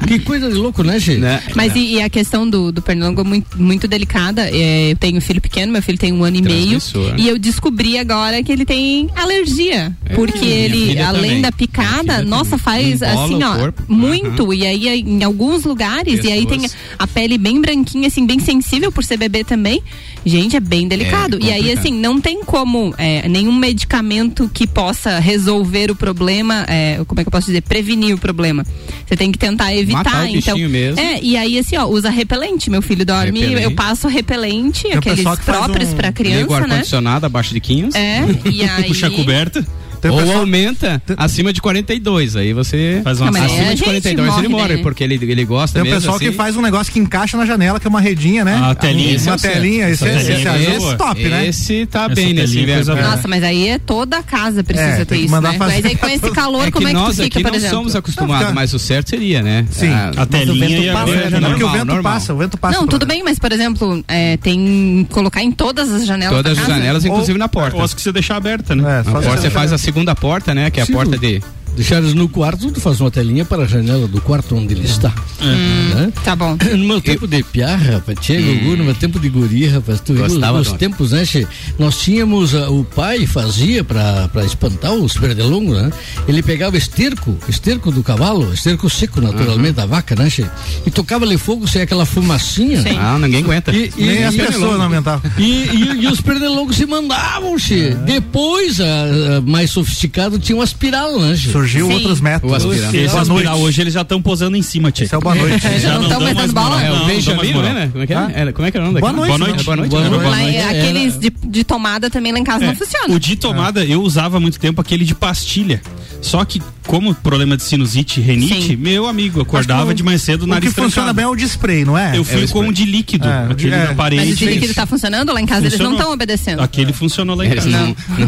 Speaker 7: Que coisa de louco, né, gente?
Speaker 5: Mas e, e a questão do, do pernilongo é muito, muito delicada. É, eu tenho um filho pequeno, meu filho tem um ano e meio.
Speaker 4: Transmissor. né?
Speaker 5: E eu descobri agora que ele tem alergia.
Speaker 4: É,
Speaker 5: porque
Speaker 4: minha
Speaker 5: ele,
Speaker 4: filha
Speaker 5: além
Speaker 4: também. É,
Speaker 5: da picada, nossa, faz
Speaker 4: Embola
Speaker 5: assim,
Speaker 4: o
Speaker 5: ó,
Speaker 4: corpo.
Speaker 5: muito. E aí, em alguns lugares, e aí tem a pele bem branquinha, assim, bem sensível por ser bebê também. Gente, é bem delicado. e aí,
Speaker 15: complicado.
Speaker 5: assim, não tem como é, nenhum medicamento que possa resolver o problema, é, como é que eu posso dizer, prevenir o problema. Você tem que tentar evitar.
Speaker 4: Matar o
Speaker 5: então,
Speaker 4: bichinho mesmo.
Speaker 5: É, e aí, assim, ó, usa repelente. Meu filho dorme,
Speaker 4: Repelente.
Speaker 5: eu passo repelente,
Speaker 4: Tem o
Speaker 5: aqueles
Speaker 4: pessoal que faz
Speaker 5: próprios
Speaker 4: um
Speaker 5: pra
Speaker 4: Liga o
Speaker 5: criança, né?
Speaker 4: ar-condicionado abaixo de 15.
Speaker 5: É, e aí.
Speaker 6: coberta.
Speaker 4: Ou aumenta acima de 42, aí você faz
Speaker 1: uma
Speaker 4: acima
Speaker 1: saída.
Speaker 4: de
Speaker 1: Gente,
Speaker 4: 42 ele
Speaker 1: morre
Speaker 4: morre,
Speaker 5: né?
Speaker 1: daí.
Speaker 4: porque ele, ele gosta
Speaker 1: Tem o
Speaker 4: mesmo
Speaker 1: pessoal
Speaker 4: assim.
Speaker 1: que faz um negócio que encaixa na janela, que é uma redinha, né?
Speaker 4: Ah, a telinha. Esse é
Speaker 1: Uma
Speaker 4: o certo.
Speaker 1: telinha, esse,
Speaker 4: Essa
Speaker 1: esse,
Speaker 4: telinha
Speaker 1: esse
Speaker 4: é
Speaker 1: é
Speaker 4: boa.
Speaker 1: top, né?
Speaker 4: Esse tá Essa bem nesse telinha é coisa inverno. boa.
Speaker 5: Nossa, mas aí é toda a casa precisa
Speaker 4: É, tem
Speaker 5: ter
Speaker 4: que
Speaker 5: isso,
Speaker 4: mandar
Speaker 5: né?
Speaker 4: fazer
Speaker 5: Mas aí com esse calor,
Speaker 4: É que
Speaker 5: como é que tu
Speaker 4: nós
Speaker 5: fica,
Speaker 4: aqui
Speaker 5: por
Speaker 4: não
Speaker 5: exemplo?
Speaker 4: somos acostumados,
Speaker 1: fica-
Speaker 4: mas o certo seria, né?
Speaker 1: Sim.
Speaker 4: a telinha e a
Speaker 1: né? Não, porque o vento passa, o vento passa.
Speaker 5: Não,
Speaker 1: pelo
Speaker 5: tudo bem, mas, por exemplo, é, tem colocar em todas as janelas.
Speaker 4: Todas
Speaker 5: da
Speaker 4: as
Speaker 5: casa.
Speaker 4: janelas, inclusive na porta.
Speaker 6: Ou as que você deixar aberta, né?
Speaker 4: a porta você faz a segunda porta, né? Que é a
Speaker 7: Se
Speaker 4: porta
Speaker 7: tu
Speaker 4: de.
Speaker 7: Deixares no quarto, tu faz uma telinha para a janela do quarto onde ele está. Né?
Speaker 5: Tá bom.
Speaker 7: No meu tempo de piar, rapaz, tinha Gugu, no meu tempo de guri, rapaz, tu viu os,
Speaker 4: Hum. Gostava,
Speaker 7: os
Speaker 4: Dona.
Speaker 7: tempos, né, che? Nós tínhamos, ah, o pai fazia para espantar os pernilongos, né? Ele pegava esterco, esterco do cavalo, esterco seco,
Speaker 4: Uhum.
Speaker 7: naturalmente, da vaca, né, che? E tocava-lhe fogo sem aquela fumacinha.
Speaker 4: Sim. Ah, ninguém aguenta.
Speaker 7: E, e,
Speaker 4: Nem
Speaker 7: e,
Speaker 4: as pessoas não
Speaker 1: aguentavam.
Speaker 7: E, e- e os pernilongos se mandavam,
Speaker 1: É.
Speaker 7: che. Depois, a, a mais sofisticado, tinha o aspiral, né, che?
Speaker 1: Surgiu
Speaker 7: Sim.
Speaker 1: outros métodos.
Speaker 7: O aspiral.
Speaker 6: Esse
Speaker 7: Boa
Speaker 6: aspiral
Speaker 7: noite.
Speaker 6: hoje eles já estão posando em cima, Tchê. Esse
Speaker 1: é o boa noite. Tá.
Speaker 5: Já não tão mais dando bola?
Speaker 4: É o Benjamin, né? Como é que é? Era- como é que era o nome
Speaker 6: Boa
Speaker 4: daquele?
Speaker 6: noite, né?
Speaker 4: Boa noite.
Speaker 6: Boa
Speaker 4: Boa
Speaker 6: noite.
Speaker 4: noite.
Speaker 5: Lá, é,
Speaker 6: Era-
Speaker 5: aqueles de, de tomada também lá em casa
Speaker 6: É,
Speaker 5: não funciona.
Speaker 6: O de tomada, eu usava há muito tempo aquele de pastilha. Só que, como problema de sinusite e renite,
Speaker 1: Sim.
Speaker 6: meu amigo, acordava
Speaker 1: Acho que o-
Speaker 6: de mais cedo, o nariz
Speaker 1: O que funciona
Speaker 6: trancado.
Speaker 1: bem é o de spray, não é?
Speaker 6: Eu fui
Speaker 1: É o
Speaker 6: com
Speaker 1: spray.
Speaker 6: um de líquido,
Speaker 1: É,
Speaker 6: aquele
Speaker 1: é.
Speaker 6: da parede.
Speaker 5: Mas o de líquido tá funcionando lá em casa, eles não
Speaker 6: Funcionou.
Speaker 5: estão
Speaker 1: tá
Speaker 5: obedecendo.
Speaker 6: Aquele funcionou lá em casa.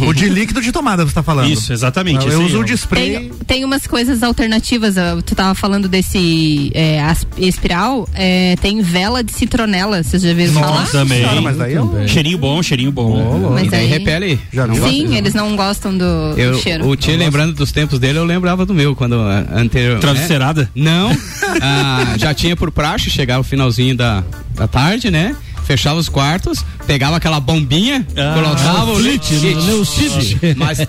Speaker 1: O de líquido de tomada você tá falando.
Speaker 6: Isso, exatamente.
Speaker 1: Eu
Speaker 6: esse aí
Speaker 1: uso
Speaker 6: é
Speaker 1: o de spray.
Speaker 5: Tem, tem umas coisas alternativas. ah, Tu tava falando desse é, as- espiral. é, tem vela de citronela. Vocês já viram
Speaker 6: Tá
Speaker 5: falar?
Speaker 6: também.
Speaker 1: Senhora, mas daí é um-
Speaker 6: Cheirinho bom, cheirinho bom.
Speaker 5: Mas
Speaker 4: E daí
Speaker 5: aí-
Speaker 4: repele. Não gosta?
Speaker 5: Sim, eles não gostam do, do
Speaker 4: Eu,
Speaker 5: cheiro.
Speaker 4: o Tchê lembrando dos tempos dele, eu lembrava do meu, quando ah, anterior.
Speaker 6: Travesseirada?
Speaker 4: né? Não. Ah, já tinha por praxe, chegava o finalzinho da, da tarde, né? Fechava os quartos, pegava aquela bombinha,
Speaker 6: Ah,
Speaker 4: colocava o
Speaker 6: Cid,
Speaker 4: leite,
Speaker 7: Cid,
Speaker 4: mas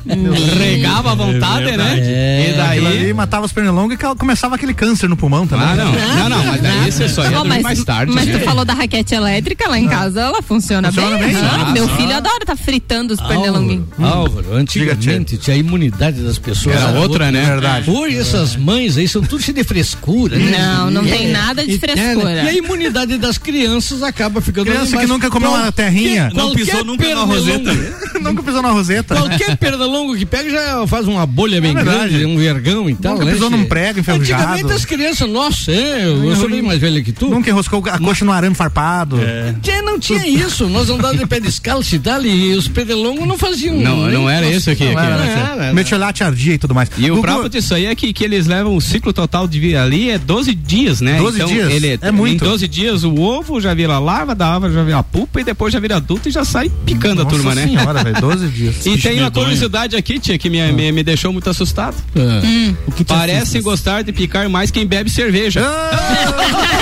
Speaker 4: regava à vontade, né?
Speaker 6: É
Speaker 4: e
Speaker 1: É Aquilo
Speaker 4: daí.
Speaker 1: ali matava os pernilongos e cal- começava aquele câncer no pulmão também.
Speaker 4: Ah, não. Não, não, mas daí você só ia
Speaker 5: Ó,
Speaker 4: dormir mais tarde.
Speaker 5: Tá mas
Speaker 4: né?
Speaker 5: tu falou da raquete elétrica lá em casa, ela funciona,
Speaker 4: Funciona
Speaker 5: bem.
Speaker 4: bem?
Speaker 5: Ah,
Speaker 4: Ah,
Speaker 5: meu
Speaker 4: só.
Speaker 5: filho adora tá fritando os
Speaker 7: Ah,
Speaker 5: pernilonguinhos.
Speaker 7: é Álvaro, antigamente tinha a imunidade das pessoas.
Speaker 4: Era outra, né? Verdade.
Speaker 7: Hoje
Speaker 1: É.
Speaker 7: essas mães aí são tudo cheio de frescura. né?
Speaker 5: Não, não tem
Speaker 7: É.
Speaker 5: nada de
Speaker 7: E-
Speaker 5: frescura.
Speaker 7: é, né? E a imunidade das crianças acaba ficando...
Speaker 1: Criança
Speaker 7: ali,
Speaker 1: que
Speaker 7: mas
Speaker 1: nunca comeu
Speaker 7: qual-
Speaker 1: uma terrinha.
Speaker 7: que-
Speaker 1: Não pisou
Speaker 7: qualquer
Speaker 1: nunca na
Speaker 7: pernilongo-
Speaker 1: Nunca pisou na roseta.
Speaker 7: Qualquer pernilongo que pega já faz uma bolha bem
Speaker 1: É verdade.
Speaker 7: grande, um vergão e tal.
Speaker 1: Nunca
Speaker 7: né,
Speaker 1: pisou
Speaker 7: che?
Speaker 1: num prego enferrujado.
Speaker 7: Antigamente as crianças, nossa, é, eu, eu sou bem mais velho que tu.
Speaker 1: Nunca enroscou a coxa no arame farpado.
Speaker 6: É.
Speaker 7: Tchê, não tinha isso. Nós andávamos de pé descalço e tal, e os pernilongos não faziam.
Speaker 4: Não,
Speaker 7: nem-
Speaker 4: não era
Speaker 7: nossa,
Speaker 4: isso aqui.
Speaker 7: não
Speaker 4: aqui,
Speaker 7: era,
Speaker 4: né?
Speaker 7: não era, não.
Speaker 1: Metiolate ardia e tudo mais.
Speaker 4: E o
Speaker 1: Gugu-
Speaker 4: brabo disso aí é que, que eles levam o ciclo total de vida ali é 12 dias, né?
Speaker 1: 12 dias?
Speaker 4: Ele,
Speaker 1: É muito.
Speaker 4: Em 12 dias o ovo já vira larva, da larva já vira pupa e depois já vira adulto e já sai picando
Speaker 1: Nossa
Speaker 4: a turma, né?
Speaker 1: senhora, velho, 12 dias.
Speaker 4: E
Speaker 1: Bicho
Speaker 4: tem uma
Speaker 1: medonho.
Speaker 4: curiosidade aqui, tia, que
Speaker 7: Ah.
Speaker 4: me, me, me deixou muito assustado.
Speaker 7: É.
Speaker 1: Hum.
Speaker 4: O que te Parece gostar de picar mais quem bebe cerveja.
Speaker 1: Ah!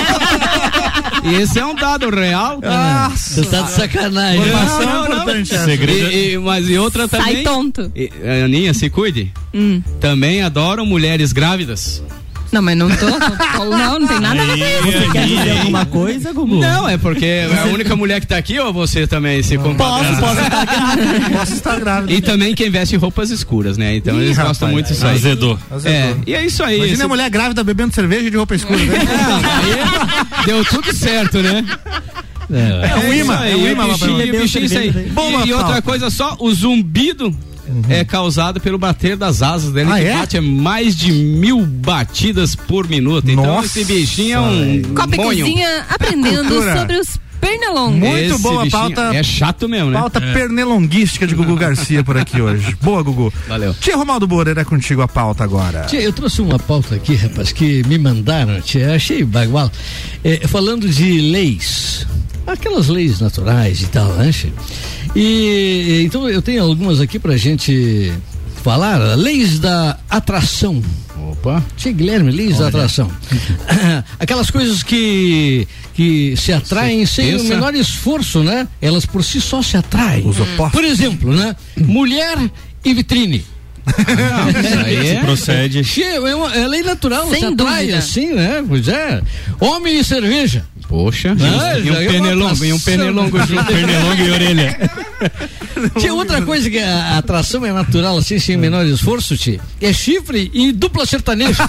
Speaker 4: E Esse é um dado real.
Speaker 7: Você tá de sacanagem.
Speaker 4: Informação
Speaker 7: Não, não, não.
Speaker 4: importante essa. Segredo. E- e- mas e outra também.
Speaker 5: Sai tonto.
Speaker 4: E, Aninha, se cuide.
Speaker 5: Hum.
Speaker 4: Também adoram mulheres grávidas.
Speaker 5: Não, mas não tô, tô- tô- Não, não tem nada a ver com isso.
Speaker 8: Quer dizer alguma coisa, Gugu?
Speaker 4: Não, é porque é a única mulher que tá aqui ou você também se compadece?
Speaker 8: Posso, posso estar grávida.
Speaker 1: Posso estar grávida.
Speaker 4: E também quem veste roupas escuras, né? Então
Speaker 1: Ih,
Speaker 4: eles
Speaker 1: rapaz.
Speaker 4: gostam muito disso aí.
Speaker 1: Azedou.
Speaker 4: É, e é isso aí.
Speaker 1: Imagina
Speaker 4: esse-
Speaker 1: a mulher grávida bebendo cerveja de roupa escura. né?
Speaker 4: Deu tudo certo, né?
Speaker 1: É um imã,
Speaker 4: isso aí,
Speaker 1: é um
Speaker 4: o
Speaker 1: imã,
Speaker 4: bichinho,
Speaker 1: Babão.
Speaker 4: o bichinho, isso aí.
Speaker 1: Boa,
Speaker 4: E, e outra
Speaker 1: Paulo.
Speaker 4: coisa só, o zumbido é causado pelo bater das asas dele,
Speaker 1: Uhum. Ah,
Speaker 4: que
Speaker 1: é?
Speaker 4: bate mais de mil batidas por minuto. Então
Speaker 1: Nossa,
Speaker 4: esse bichinho é um
Speaker 5: Copa e
Speaker 4: monho.
Speaker 5: Cozinha aprendendo
Speaker 1: Cultura.
Speaker 5: sobre os pernilongos.
Speaker 1: Muito
Speaker 4: Esse
Speaker 1: boa a
Speaker 4: bichinho
Speaker 1: pauta.
Speaker 4: é chato mesmo, né?
Speaker 1: Pauta
Speaker 4: É.
Speaker 1: pernelonguística de Gugu Garcia por aqui hoje. Boa, Gugu.
Speaker 4: Valeu.
Speaker 1: Tia Romaldo Borer é contigo a pauta agora.
Speaker 7: Tia, eu trouxe uma pauta aqui, rapaz, que me mandaram, tia, achei bagual. É, falando de leis, aquelas leis naturais e tal, né, tia? E então eu tenho algumas aqui pra gente falar, leis da atração. Opa. Tia Guilherme Lins
Speaker 15: Olha.
Speaker 7: da atração. Aquelas coisas que, que se atraem
Speaker 15: Você
Speaker 7: sem o
Speaker 15: pensa-
Speaker 7: menor esforço, né? Elas por si só se atraem.
Speaker 15: Os opostos.
Speaker 7: Por exemplo, né? Mulher e vitrine. Isso aí
Speaker 6: Isso procede.
Speaker 7: Che- É, uma- é lei natural,
Speaker 15: Sem
Speaker 7: se atrai
Speaker 15: dúvida.
Speaker 7: assim, né? Pois é. Homem e cerveja.
Speaker 4: Poxa,
Speaker 7: Ah,
Speaker 4: e um
Speaker 7: é uma
Speaker 4: pernilongo, e um
Speaker 7: atração.
Speaker 4: pernilongo junto.
Speaker 7: Pernilongo e orelha. Tinha outra coisa que a a atração é natural, assim, sem menor esforço, Ti. É chifre e dupla sertaneja.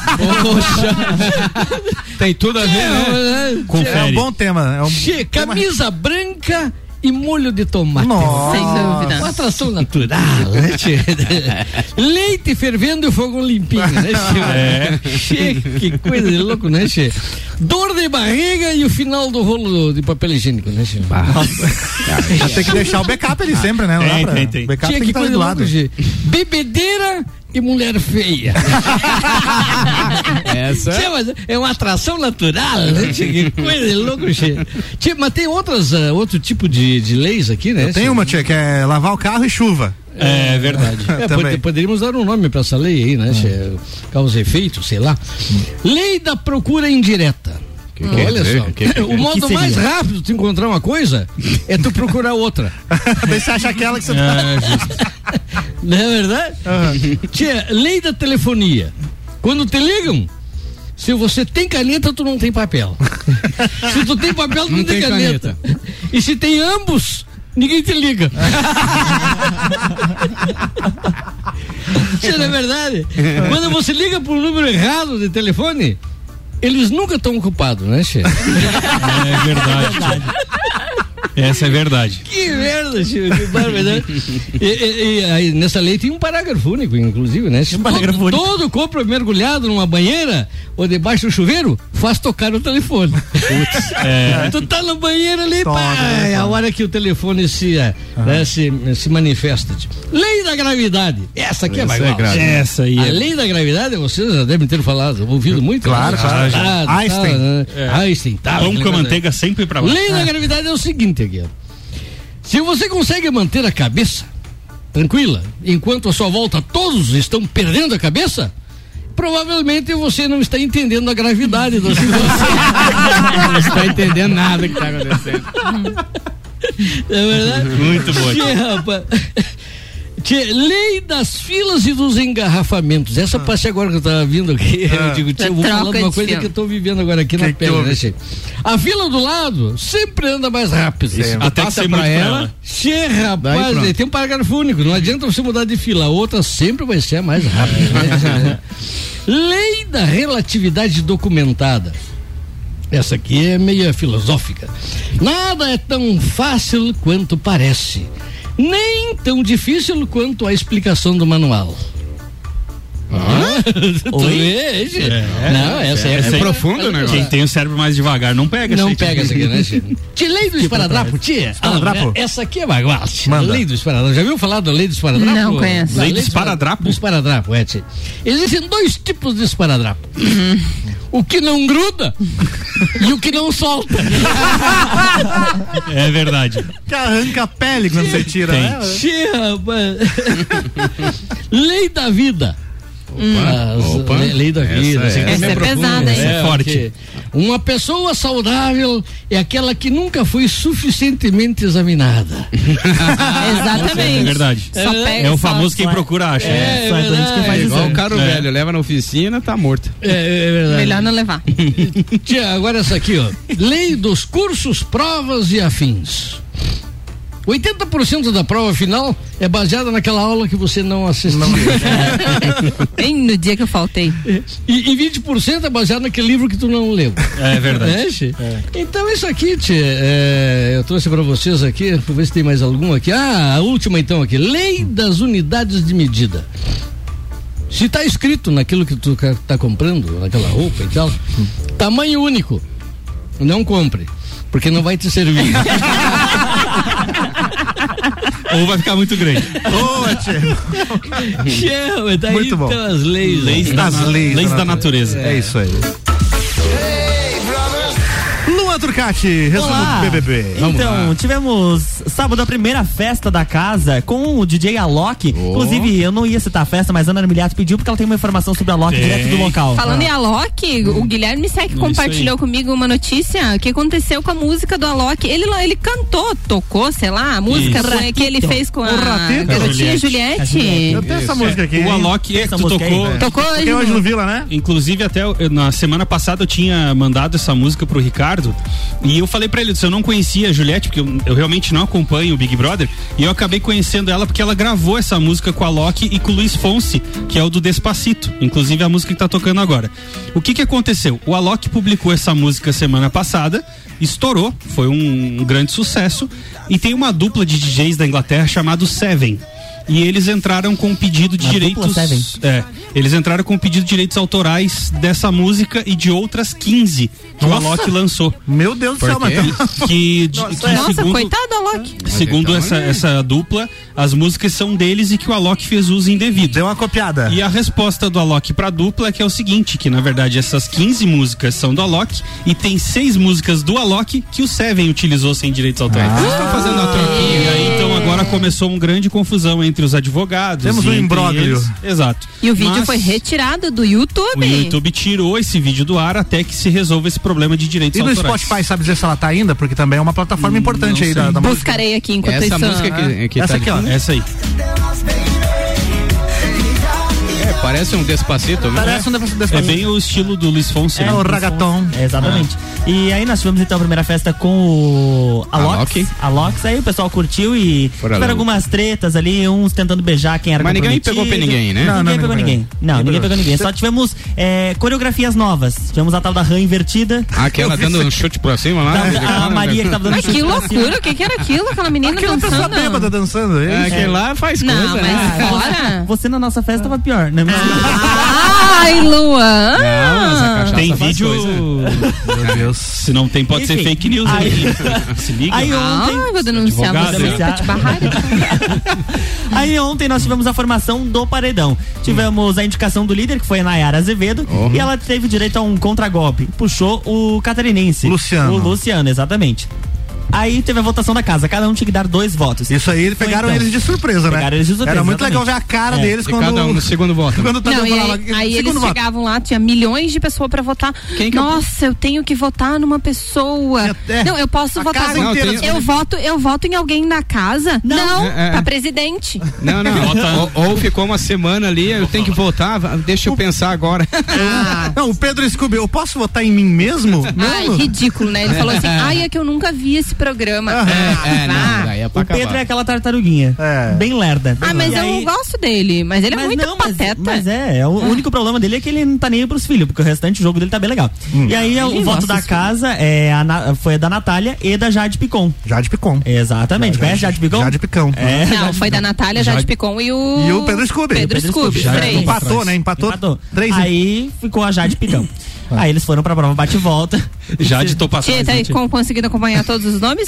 Speaker 7: Poxa.
Speaker 4: Tem tudo a ver,
Speaker 1: né? Confere. É um bom tema, é um
Speaker 7: Che, camisa branca e molho de tomate.
Speaker 1: Nossa. Sem
Speaker 15: dúvida.
Speaker 7: Uma atração natural, né, Tchê? Leite fervendo e fogão limpinho, né,
Speaker 1: É.
Speaker 7: Che? Che, que coisa de louco, né, Che? Dor de barriga e o final do rolo de papel higiênico, né, Che?
Speaker 1: Já tem que deixar o backup ali sempre, né? Não dá pra- o backup
Speaker 7: Tinha
Speaker 1: tem que
Speaker 7: que
Speaker 1: estar ali
Speaker 7: coisa
Speaker 1: do lado.
Speaker 7: louca, Che. Bebedeira e mulher feia.
Speaker 4: Essa.
Speaker 7: Tchê, mas é uma atração natural, né? Tchê? Que coisa de louco, Che. Tchê, mas tem outras, ah, outro tipo de, de leis aqui, né?
Speaker 1: Eu tenho uma, tia, que é lavar o carro e chuva.
Speaker 7: É verdade.
Speaker 1: Também. Ah.
Speaker 7: poderíamos dar um nome para essa lei aí, né? Che? Causa e efeito, sei lá. Lei da procura indireta.
Speaker 15: Que que
Speaker 7: Olha
Speaker 15: é isso aí?
Speaker 7: só,
Speaker 15: Que que-
Speaker 7: o
Speaker 15: que
Speaker 7: modo
Speaker 15: seria?
Speaker 7: mais rápido de tu encontrar uma coisa é tu procurar outra.
Speaker 1: Daí você acha aquela que você tá-
Speaker 7: é, justo. Não é verdade? Tia, lei da telefonia. Quando te ligam, se você tem caneta, tu não tem papel. se tu tem papel, tu não, tem, caneta. E se tem ambos, ninguém te liga. Isso não é verdade? Quando você liga pro número errado de telefone, eles nunca estão ocupados, né, Che?
Speaker 6: É verdade. Essa é verdade.
Speaker 7: Que merda, Chico, que né? barbaridade. E, e- e aí, nessa lei tem um parágrafo único, inclusive, né? Um
Speaker 15: parágrafo
Speaker 7: todo,
Speaker 15: único.
Speaker 7: todo compra mergulhado numa banheira ou debaixo do chuveiro faz tocar o telefone.
Speaker 15: é.
Speaker 7: Tu tá na banheira ali,
Speaker 15: Toca,
Speaker 7: pá,
Speaker 15: né,
Speaker 7: é a
Speaker 15: toca.
Speaker 7: hora que o telefone se, é, né, se, se manifesta. tipo. Lei da gravidade. Essa aqui é
Speaker 15: Essa
Speaker 7: mais
Speaker 15: é
Speaker 7: legal.
Speaker 15: grave.
Speaker 7: Essa aí. A
Speaker 15: é-
Speaker 7: lei da gravidade, vocês já devem ter falado, ouvido muito.
Speaker 6: Claro,
Speaker 7: né?
Speaker 6: claro.
Speaker 7: Ah,
Speaker 6: Einstein.
Speaker 7: Tal, né?
Speaker 6: É.
Speaker 7: Einstein, tal.
Speaker 6: Pão com
Speaker 7: aquela coisa.
Speaker 6: manteiga sempre pra baixo.
Speaker 7: Lei da
Speaker 6: É.
Speaker 7: gravidade é o seguinte aqui, ó. Se você consegue manter a cabeça tranquila, enquanto a sua volta todos estão perdendo a cabeça, provavelmente você não está entendendo a gravidade da situação. não está entendendo nada que está Tá acontecendo. É verdade?
Speaker 15: Muito bom. então.
Speaker 7: Tchê, rapaz. Tchê, lei das filas e dos engarrafamentos. Essa
Speaker 15: Ah.
Speaker 7: parte agora que eu tava vindo aqui, eu digo, tchê, eu vou
Speaker 15: É Troca
Speaker 7: falar de uma
Speaker 15: de
Speaker 7: coisa
Speaker 15: fila.
Speaker 7: que eu tô vivendo agora aqui
Speaker 15: Ah. Que
Speaker 7: na
Speaker 15: que
Speaker 7: pele,
Speaker 15: houve?
Speaker 7: né, Tchê? A fila do lado sempre anda mais rápido.
Speaker 15: Sempre.
Speaker 7: Tu
Speaker 15: Até que
Speaker 7: passa
Speaker 15: você
Speaker 7: pra
Speaker 15: mude pra
Speaker 7: ela,
Speaker 15: ela.
Speaker 7: Tchê,
Speaker 15: Daí
Speaker 7: rapaz,
Speaker 15: pronto.
Speaker 7: tem um parágrafo único. Não adianta você mudar de fila, a outra sempre vai ser a mais rápida. né? lei da relatividade documentada. Essa aqui é meio filosófica. Nada é tão fácil quanto parece, nem tão difícil quanto a explicação do manual. Ah, tu
Speaker 6: Oi?
Speaker 7: vê, gente?
Speaker 6: É.
Speaker 7: Não, essa é,
Speaker 6: Essa aí-
Speaker 7: o
Speaker 6: Quem tem o cérebro mais devagar não pega
Speaker 7: Não
Speaker 6: aí, tia.
Speaker 7: pega essa aqui, né, tia? Te lei do esparadrapo, tia?
Speaker 6: Esparadrapo?
Speaker 7: Ah, Essa aqui é baguate.
Speaker 6: Manda.
Speaker 7: Lei do esparadrapo. Já viu falar da lei do esparadrapo?
Speaker 5: Não conheço.
Speaker 7: Da
Speaker 5: Lei do
Speaker 7: esparadrapo? Do esparadrapo, é, tia. Existem dois tipos de esparadrapo. O que não gruda e o que não solta.
Speaker 6: É verdade.
Speaker 1: Que arranca a pele quando você tira né?
Speaker 6: Tem.
Speaker 1: ela.
Speaker 7: Tia, rapaz. Lei da vida.
Speaker 4: Hum.
Speaker 7: As-
Speaker 15: opa.
Speaker 7: le- Lei da
Speaker 15: Essa
Speaker 7: vida.
Speaker 15: é-
Speaker 7: assim,
Speaker 15: Essa
Speaker 7: meio
Speaker 15: é
Speaker 7: profunda,
Speaker 15: pesada,
Speaker 7: né?
Speaker 15: hein? Essa é forte.
Speaker 7: porque Uma pessoa saudável é aquela que nunca foi suficientemente examinada.
Speaker 6: Exatamente. É verdade. Só pega- É o famoso só- quem só- procura acha.
Speaker 7: É,
Speaker 6: É, só é doente
Speaker 7: verdade.
Speaker 6: quem faz
Speaker 4: né? É igual o cara
Speaker 7: É.
Speaker 4: velho, leva na oficina, tá morto.
Speaker 7: É, é verdade.
Speaker 5: Melhor não levar.
Speaker 7: Tia, agora essa aqui, ó. Lei dos cursos, provas e afins. 80% da prova final é baseada naquela aula que você não assistiu.
Speaker 5: Bem no dia que eu faltei.
Speaker 7: E, e 20% é baseado naquele livro que tu não leu.
Speaker 6: É verdade.
Speaker 7: Né, Che? Então isso aqui, Tchê, é, eu trouxe pra vocês aqui, vou ver se tem mais alguma aqui. Ah, a última então aqui. Lei das unidades de medida. Se tá escrito naquilo que tu ca- tá comprando, naquela roupa e tal, tamanho único, não compre, porque não vai te servir.
Speaker 6: Ou vai ficar muito grande.
Speaker 1: Boa,
Speaker 7: Tchê, daí
Speaker 6: Muito bom.
Speaker 7: então as leis.
Speaker 6: Leis
Speaker 7: aí.
Speaker 4: É
Speaker 6: da- As leis da leis da natureza. natureza.
Speaker 1: É isso aí. Luan Turcati, resumo
Speaker 8: Olá.
Speaker 1: do BBB.
Speaker 8: Então, tivemos sábado a primeira festa da casa com o DJ Alok. Inclusive, eu não ia citar a festa, mas a Ana Miliato pediu porque ela tem uma informação sobre a Alok
Speaker 5: Tem.
Speaker 8: direto do local.
Speaker 5: Falando em
Speaker 6: Ah.
Speaker 5: Alok,
Speaker 6: Hum.
Speaker 5: o Guilherme Sec
Speaker 8: Isso
Speaker 5: compartilhou
Speaker 8: aí.
Speaker 5: comigo uma notícia que aconteceu com a música do Alok. Ele, lá- ele cantou, tocou, sei lá, a música
Speaker 6: Isso.
Speaker 5: com- que ele
Speaker 6: Ratito.
Speaker 5: fez com a
Speaker 6: O Ratito.
Speaker 5: garotinha
Speaker 1: é
Speaker 6: A Juliette. A
Speaker 5: Juliette.
Speaker 6: Juliette.
Speaker 1: Eu tenho essa
Speaker 6: Isso.
Speaker 1: música aqui.
Speaker 6: O
Speaker 1: hein?
Speaker 6: Alok é que
Speaker 1: Essa
Speaker 6: tu
Speaker 1: música aí,
Speaker 6: tocou.
Speaker 1: né? Toquei hoje no Vila, né?
Speaker 6: Inclusive, até eu- na semana passada eu tinha mandado essa música pro Ricardo. E eu falei pra ele, se eu não conhecia a Juliette, porque eu, eu realmente não acompanho o Big Brother. E eu acabei conhecendo ela porque ela gravou essa música com a Loki e com o Luiz Fonse, que é o do Despacito. Inclusive a música que tá tocando agora. O que que aconteceu? O Alok publicou essa música semana passada, estourou, foi um, um grande sucesso. E tem uma dupla de DJs da Inglaterra chamado Seven. E eles entraram com um pedido de
Speaker 8: Uma dupla
Speaker 6: direitos.
Speaker 8: Seven.
Speaker 6: É, eles entraram com o pedido de direitos autorais dessa música e de outras 15 que
Speaker 1: Nossa.
Speaker 6: o Alok lançou.
Speaker 1: Meu Deus do céu, tá-
Speaker 6: mas que, de- que
Speaker 5: Nossa,
Speaker 6: segundo,
Speaker 5: coitado Alok.
Speaker 6: segundo essa, essa dupla, as músicas são deles e que o Alok fez uso indevido.
Speaker 1: Deu uma copiada.
Speaker 6: E a resposta do Alok pra dupla é que é o seguinte, que na verdade essas 15 músicas são do Alok e tem seis músicas do Alok que o Seven utilizou sem direitos autorais.
Speaker 1: Ah.
Speaker 6: Eles estão fazendo a troquinha e aí então agora começou uma grande confusão entre os advogados.
Speaker 1: Temos
Speaker 6: e
Speaker 1: um
Speaker 6: entre
Speaker 1: imbróglio.
Speaker 6: eles. Exato.
Speaker 5: E o vídeo
Speaker 6: Mas-
Speaker 5: foi retirado do
Speaker 6: o
Speaker 5: YouTube.
Speaker 6: YouTube tirou esse vídeo do ar até que se resolva esse problema de direitos
Speaker 1: E no
Speaker 6: autorais. Hum.
Speaker 1: Spotify, sabe dizer se ela tá ainda? Porque também é uma plataforma importante
Speaker 6: não
Speaker 1: aí da,
Speaker 6: sei.
Speaker 1: da música.
Speaker 5: Buscarei aqui enquanto
Speaker 1: Essa
Speaker 5: isso.
Speaker 1: música
Speaker 5: né?
Speaker 1: que
Speaker 4: tá
Speaker 1: Essa aqui, ó.
Speaker 4: de fundo.
Speaker 6: Essa aí.
Speaker 4: É, parece um despacito, viu?
Speaker 1: Parece um
Speaker 6: É bem o estilo do Luiz Fonse.
Speaker 8: É,
Speaker 6: né?
Speaker 8: o ragatón. É, exatamente. E aí nós tivemos então a primeira festa com o
Speaker 6: Ah,
Speaker 8: Alox. Alox. Aí o pessoal curtiu e
Speaker 4: lá.
Speaker 8: tiveram algumas tretas ali, uns tentando beijar quem era
Speaker 4: Mas ninguém pegou
Speaker 8: comprometido.
Speaker 4: pra ninguém, né?
Speaker 8: Não,
Speaker 4: Não, não,
Speaker 8: ninguém pegou
Speaker 4: ninguém
Speaker 8: ninguém.
Speaker 4: pegou.
Speaker 8: Não,
Speaker 4: Ninguém
Speaker 8: ninguém
Speaker 4: pegou.
Speaker 8: pegou ninguém. Só tivemos é, coreografias novas. Tivemos a tal da rã invertida.
Speaker 4: Aquela dando um chute pra cima lá.
Speaker 8: Da- a Maria que tava dando
Speaker 5: Mas que loucura, o que, que era aquilo? Aquela menina dançando.
Speaker 1: dançando.
Speaker 4: É, aquele lá faz
Speaker 5: Não,
Speaker 4: coisa,
Speaker 5: mas
Speaker 4: né?
Speaker 5: fora.
Speaker 8: Você na nossa festa tava pior, né?
Speaker 4: Ah.
Speaker 5: Ai,
Speaker 8: Ah.
Speaker 5: Luan.
Speaker 6: Tem vídeo. Meu
Speaker 1: Deus.
Speaker 6: Se não tem, pode ser
Speaker 8: Enfim,
Speaker 6: fake news aí. Se liga.
Speaker 8: Aí ontem.
Speaker 5: Ah, vou denunciar
Speaker 8: Advogado,
Speaker 5: você tá
Speaker 8: né?
Speaker 5: pra te barrar.
Speaker 8: Aí ontem nós tivemos a formação do paredão. Tivemos a indicação do líder, que foi a Nayara Azevedo,
Speaker 1: Uhum.
Speaker 8: e ela teve direito a um contragolpe. Puxou o catarinense.
Speaker 1: Luciano.
Speaker 8: O Luciano, exatamente. Aí teve a votação da casa, cada um tinha que dar dois votos. então.
Speaker 1: Isso aí, eles pegaram eles de surpresa, né?
Speaker 8: Pegaram eles de surpresa.
Speaker 1: Era muito legal ver a
Speaker 8: exatamente. É,
Speaker 1: cara deles quando.
Speaker 8: um
Speaker 1: Quando o Tadeu
Speaker 5: Não, e
Speaker 1: falava.
Speaker 5: aí, aí eles
Speaker 1: segundo voto.
Speaker 5: chegavam lá, tinha milhões de pessoas pra votar. Nossa, eu tenho que votar numa pessoa.
Speaker 1: é.
Speaker 5: Não, eu posso
Speaker 1: A
Speaker 5: votar.
Speaker 1: casa Não, inteira tem-
Speaker 5: eu voto, eu voto em alguém da casa. Não,
Speaker 4: É, é.
Speaker 5: pra presidente.
Speaker 4: Não, não. ou, ou ficou uma semana ali, eu tenho que voltar, va- deixa eu pensar agora. Ah,
Speaker 5: Ah.
Speaker 1: Não, o Pedro Scooby, eu posso votar em mim mesmo?
Speaker 5: Ai,
Speaker 1: Mesmo?
Speaker 5: ridículo, né? Ele falou assim: ai, é que eu nunca vi esse programa. Ah,
Speaker 4: É,
Speaker 5: vá.
Speaker 4: não, daí é pra
Speaker 8: O Pedro
Speaker 4: acabar.
Speaker 8: é aquela tartaruguinha.
Speaker 1: É.
Speaker 8: Bem lerda. bem
Speaker 5: Ah, mas
Speaker 8: lerda.
Speaker 5: eu
Speaker 8: É, E aí-
Speaker 5: gosto dele, mas ele é
Speaker 8: Mas
Speaker 5: muito
Speaker 8: não, mas-
Speaker 5: pateta. Ah.
Speaker 8: Mas é, é, o único problema dele é que ele não tá nem aí pros filhos, porque o restante do jogo dele tá bem legal.
Speaker 1: Hum.
Speaker 8: E aí
Speaker 5: Ele
Speaker 8: o voto
Speaker 5: gosta
Speaker 8: da
Speaker 5: dos
Speaker 8: casa é a Na- foi a da Natália e da Jade Picon.
Speaker 1: Jade Picon.
Speaker 8: Exatamente. Conhece Jade Picon?
Speaker 1: Jade Picão.
Speaker 8: É.
Speaker 5: Não, foi da Natália, Jade
Speaker 8: Jade-
Speaker 5: Picon e o.
Speaker 1: E o Pedro Scooby.
Speaker 5: Pedro Scooby,
Speaker 1: Já
Speaker 5: três.
Speaker 1: Empatou, né? Empatou. Três.
Speaker 8: Aí ficou a Jade Picão. aí eles foram pra prova bate-volta.
Speaker 6: Jade tô
Speaker 5: Tia, tá aí
Speaker 8: né?
Speaker 5: com- conseguindo acompanhar todos os nomes?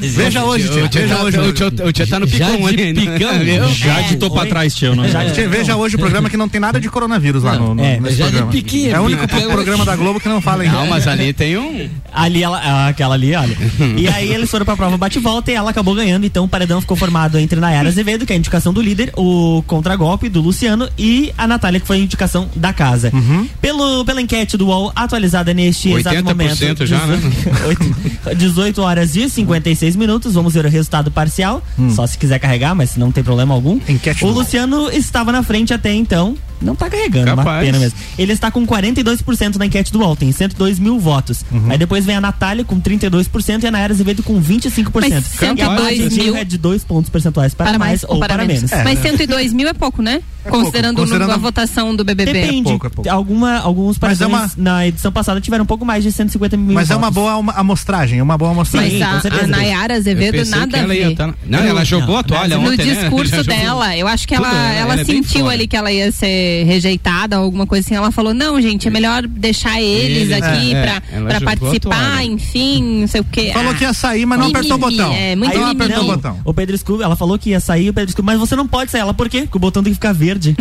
Speaker 1: Veja hoje, tia.
Speaker 4: O tia
Speaker 1: Veja
Speaker 4: tá-
Speaker 1: hoje. né?
Speaker 4: o tia- o tia tá no picão
Speaker 1: Jade
Speaker 4: ali, né?
Speaker 1: Picão.
Speaker 4: Viu?
Speaker 6: Jade tô pra trás, tia. Eu
Speaker 4: é?
Speaker 6: não
Speaker 1: Jade Picão. Veja É, hoje o programa é que não tem nada de coronavírus lá no, no,
Speaker 8: é,
Speaker 1: nesse
Speaker 8: Jade
Speaker 1: programa.
Speaker 8: Piquinha,
Speaker 1: é o único
Speaker 8: Picão.
Speaker 1: programa da Globo que não fala em
Speaker 4: Não, mas ali tem um.
Speaker 8: Ali ela, ah, aquela ali, olha.
Speaker 4: Uhum.
Speaker 8: E aí eles foram pra prova bate-volta e ela acabou ganhando. Então o paredão ficou formado entre Nayara Azevedo, que é a indicação do líder, o contragolpe do Luciano e a Natália, que foi a indicação da casa.
Speaker 4: Uhum.
Speaker 8: Pelo, pela enquete do UOL atualizada neste exato
Speaker 4: 80%
Speaker 8: momento.
Speaker 4: já, né?
Speaker 8: 18, 18 horas e 56 minutos. Vamos ver o resultado parcial. Só se quiser carregar, mas não tem problema algum.
Speaker 1: Hum. Enquete
Speaker 8: o
Speaker 1: do UOL.
Speaker 8: Luciano estava na frente até então. Não tá carregando, uma
Speaker 1: Capaz.
Speaker 8: pena mesmo. Ele está com 42% na enquete do UOL, tem 102 mil votos.
Speaker 1: Uhum.
Speaker 8: Aí depois vem a Natália com 32% e a Nayara Azevedo com 25%.
Speaker 5: Mas
Speaker 8: e a
Speaker 5: 102
Speaker 8: margem
Speaker 5: mil
Speaker 8: é de 2 pontos percentuais para, mais, ou para, menos.
Speaker 5: Mas 102 mil é pouco, né? considerando o número
Speaker 8: Considerando-
Speaker 5: da votação do BBB.
Speaker 8: Depende.
Speaker 1: É
Speaker 8: Alguma, alguns
Speaker 1: Mas é
Speaker 8: partidos na edição passada tiveram um pouco mais de 150 mil
Speaker 1: Mas é
Speaker 8: votos.
Speaker 1: uma boa uma- amostragem, é uma boa amostragem.
Speaker 5: Mas a- a, Nayara Azevedo nada a ver.
Speaker 4: Não, ela jogou a toalha
Speaker 5: no
Speaker 4: tá- ontem, né?
Speaker 5: discurso
Speaker 4: Ela jogou-
Speaker 5: dela, eu acho que ela,
Speaker 4: Tudo, ela-
Speaker 5: ela,
Speaker 4: ela é bem
Speaker 5: sentiu
Speaker 4: fora.
Speaker 5: ali que ela ia ser ser rejeitada ou alguma coisa assim, ela falou: não, gente, é melhor deixar eles
Speaker 1: Eles,
Speaker 5: aqui
Speaker 1: é, é.
Speaker 5: pra,
Speaker 1: Ela
Speaker 5: pra
Speaker 1: jogou a
Speaker 5: participar,
Speaker 1: toalha.
Speaker 5: enfim, não sei o quê.
Speaker 1: Falou
Speaker 5: Ah,
Speaker 1: que ia sair, mas não apertou o
Speaker 5: mimimi,
Speaker 1: botão.
Speaker 5: É, muito
Speaker 1: Aí ela
Speaker 5: mimimi.
Speaker 1: apertou o botão.
Speaker 8: O Pedro Scooby, ela falou que ia sair, o Pedro Scooby, mas você não pode sair. Ela, por quê? Porque o botão tem que ficar verde.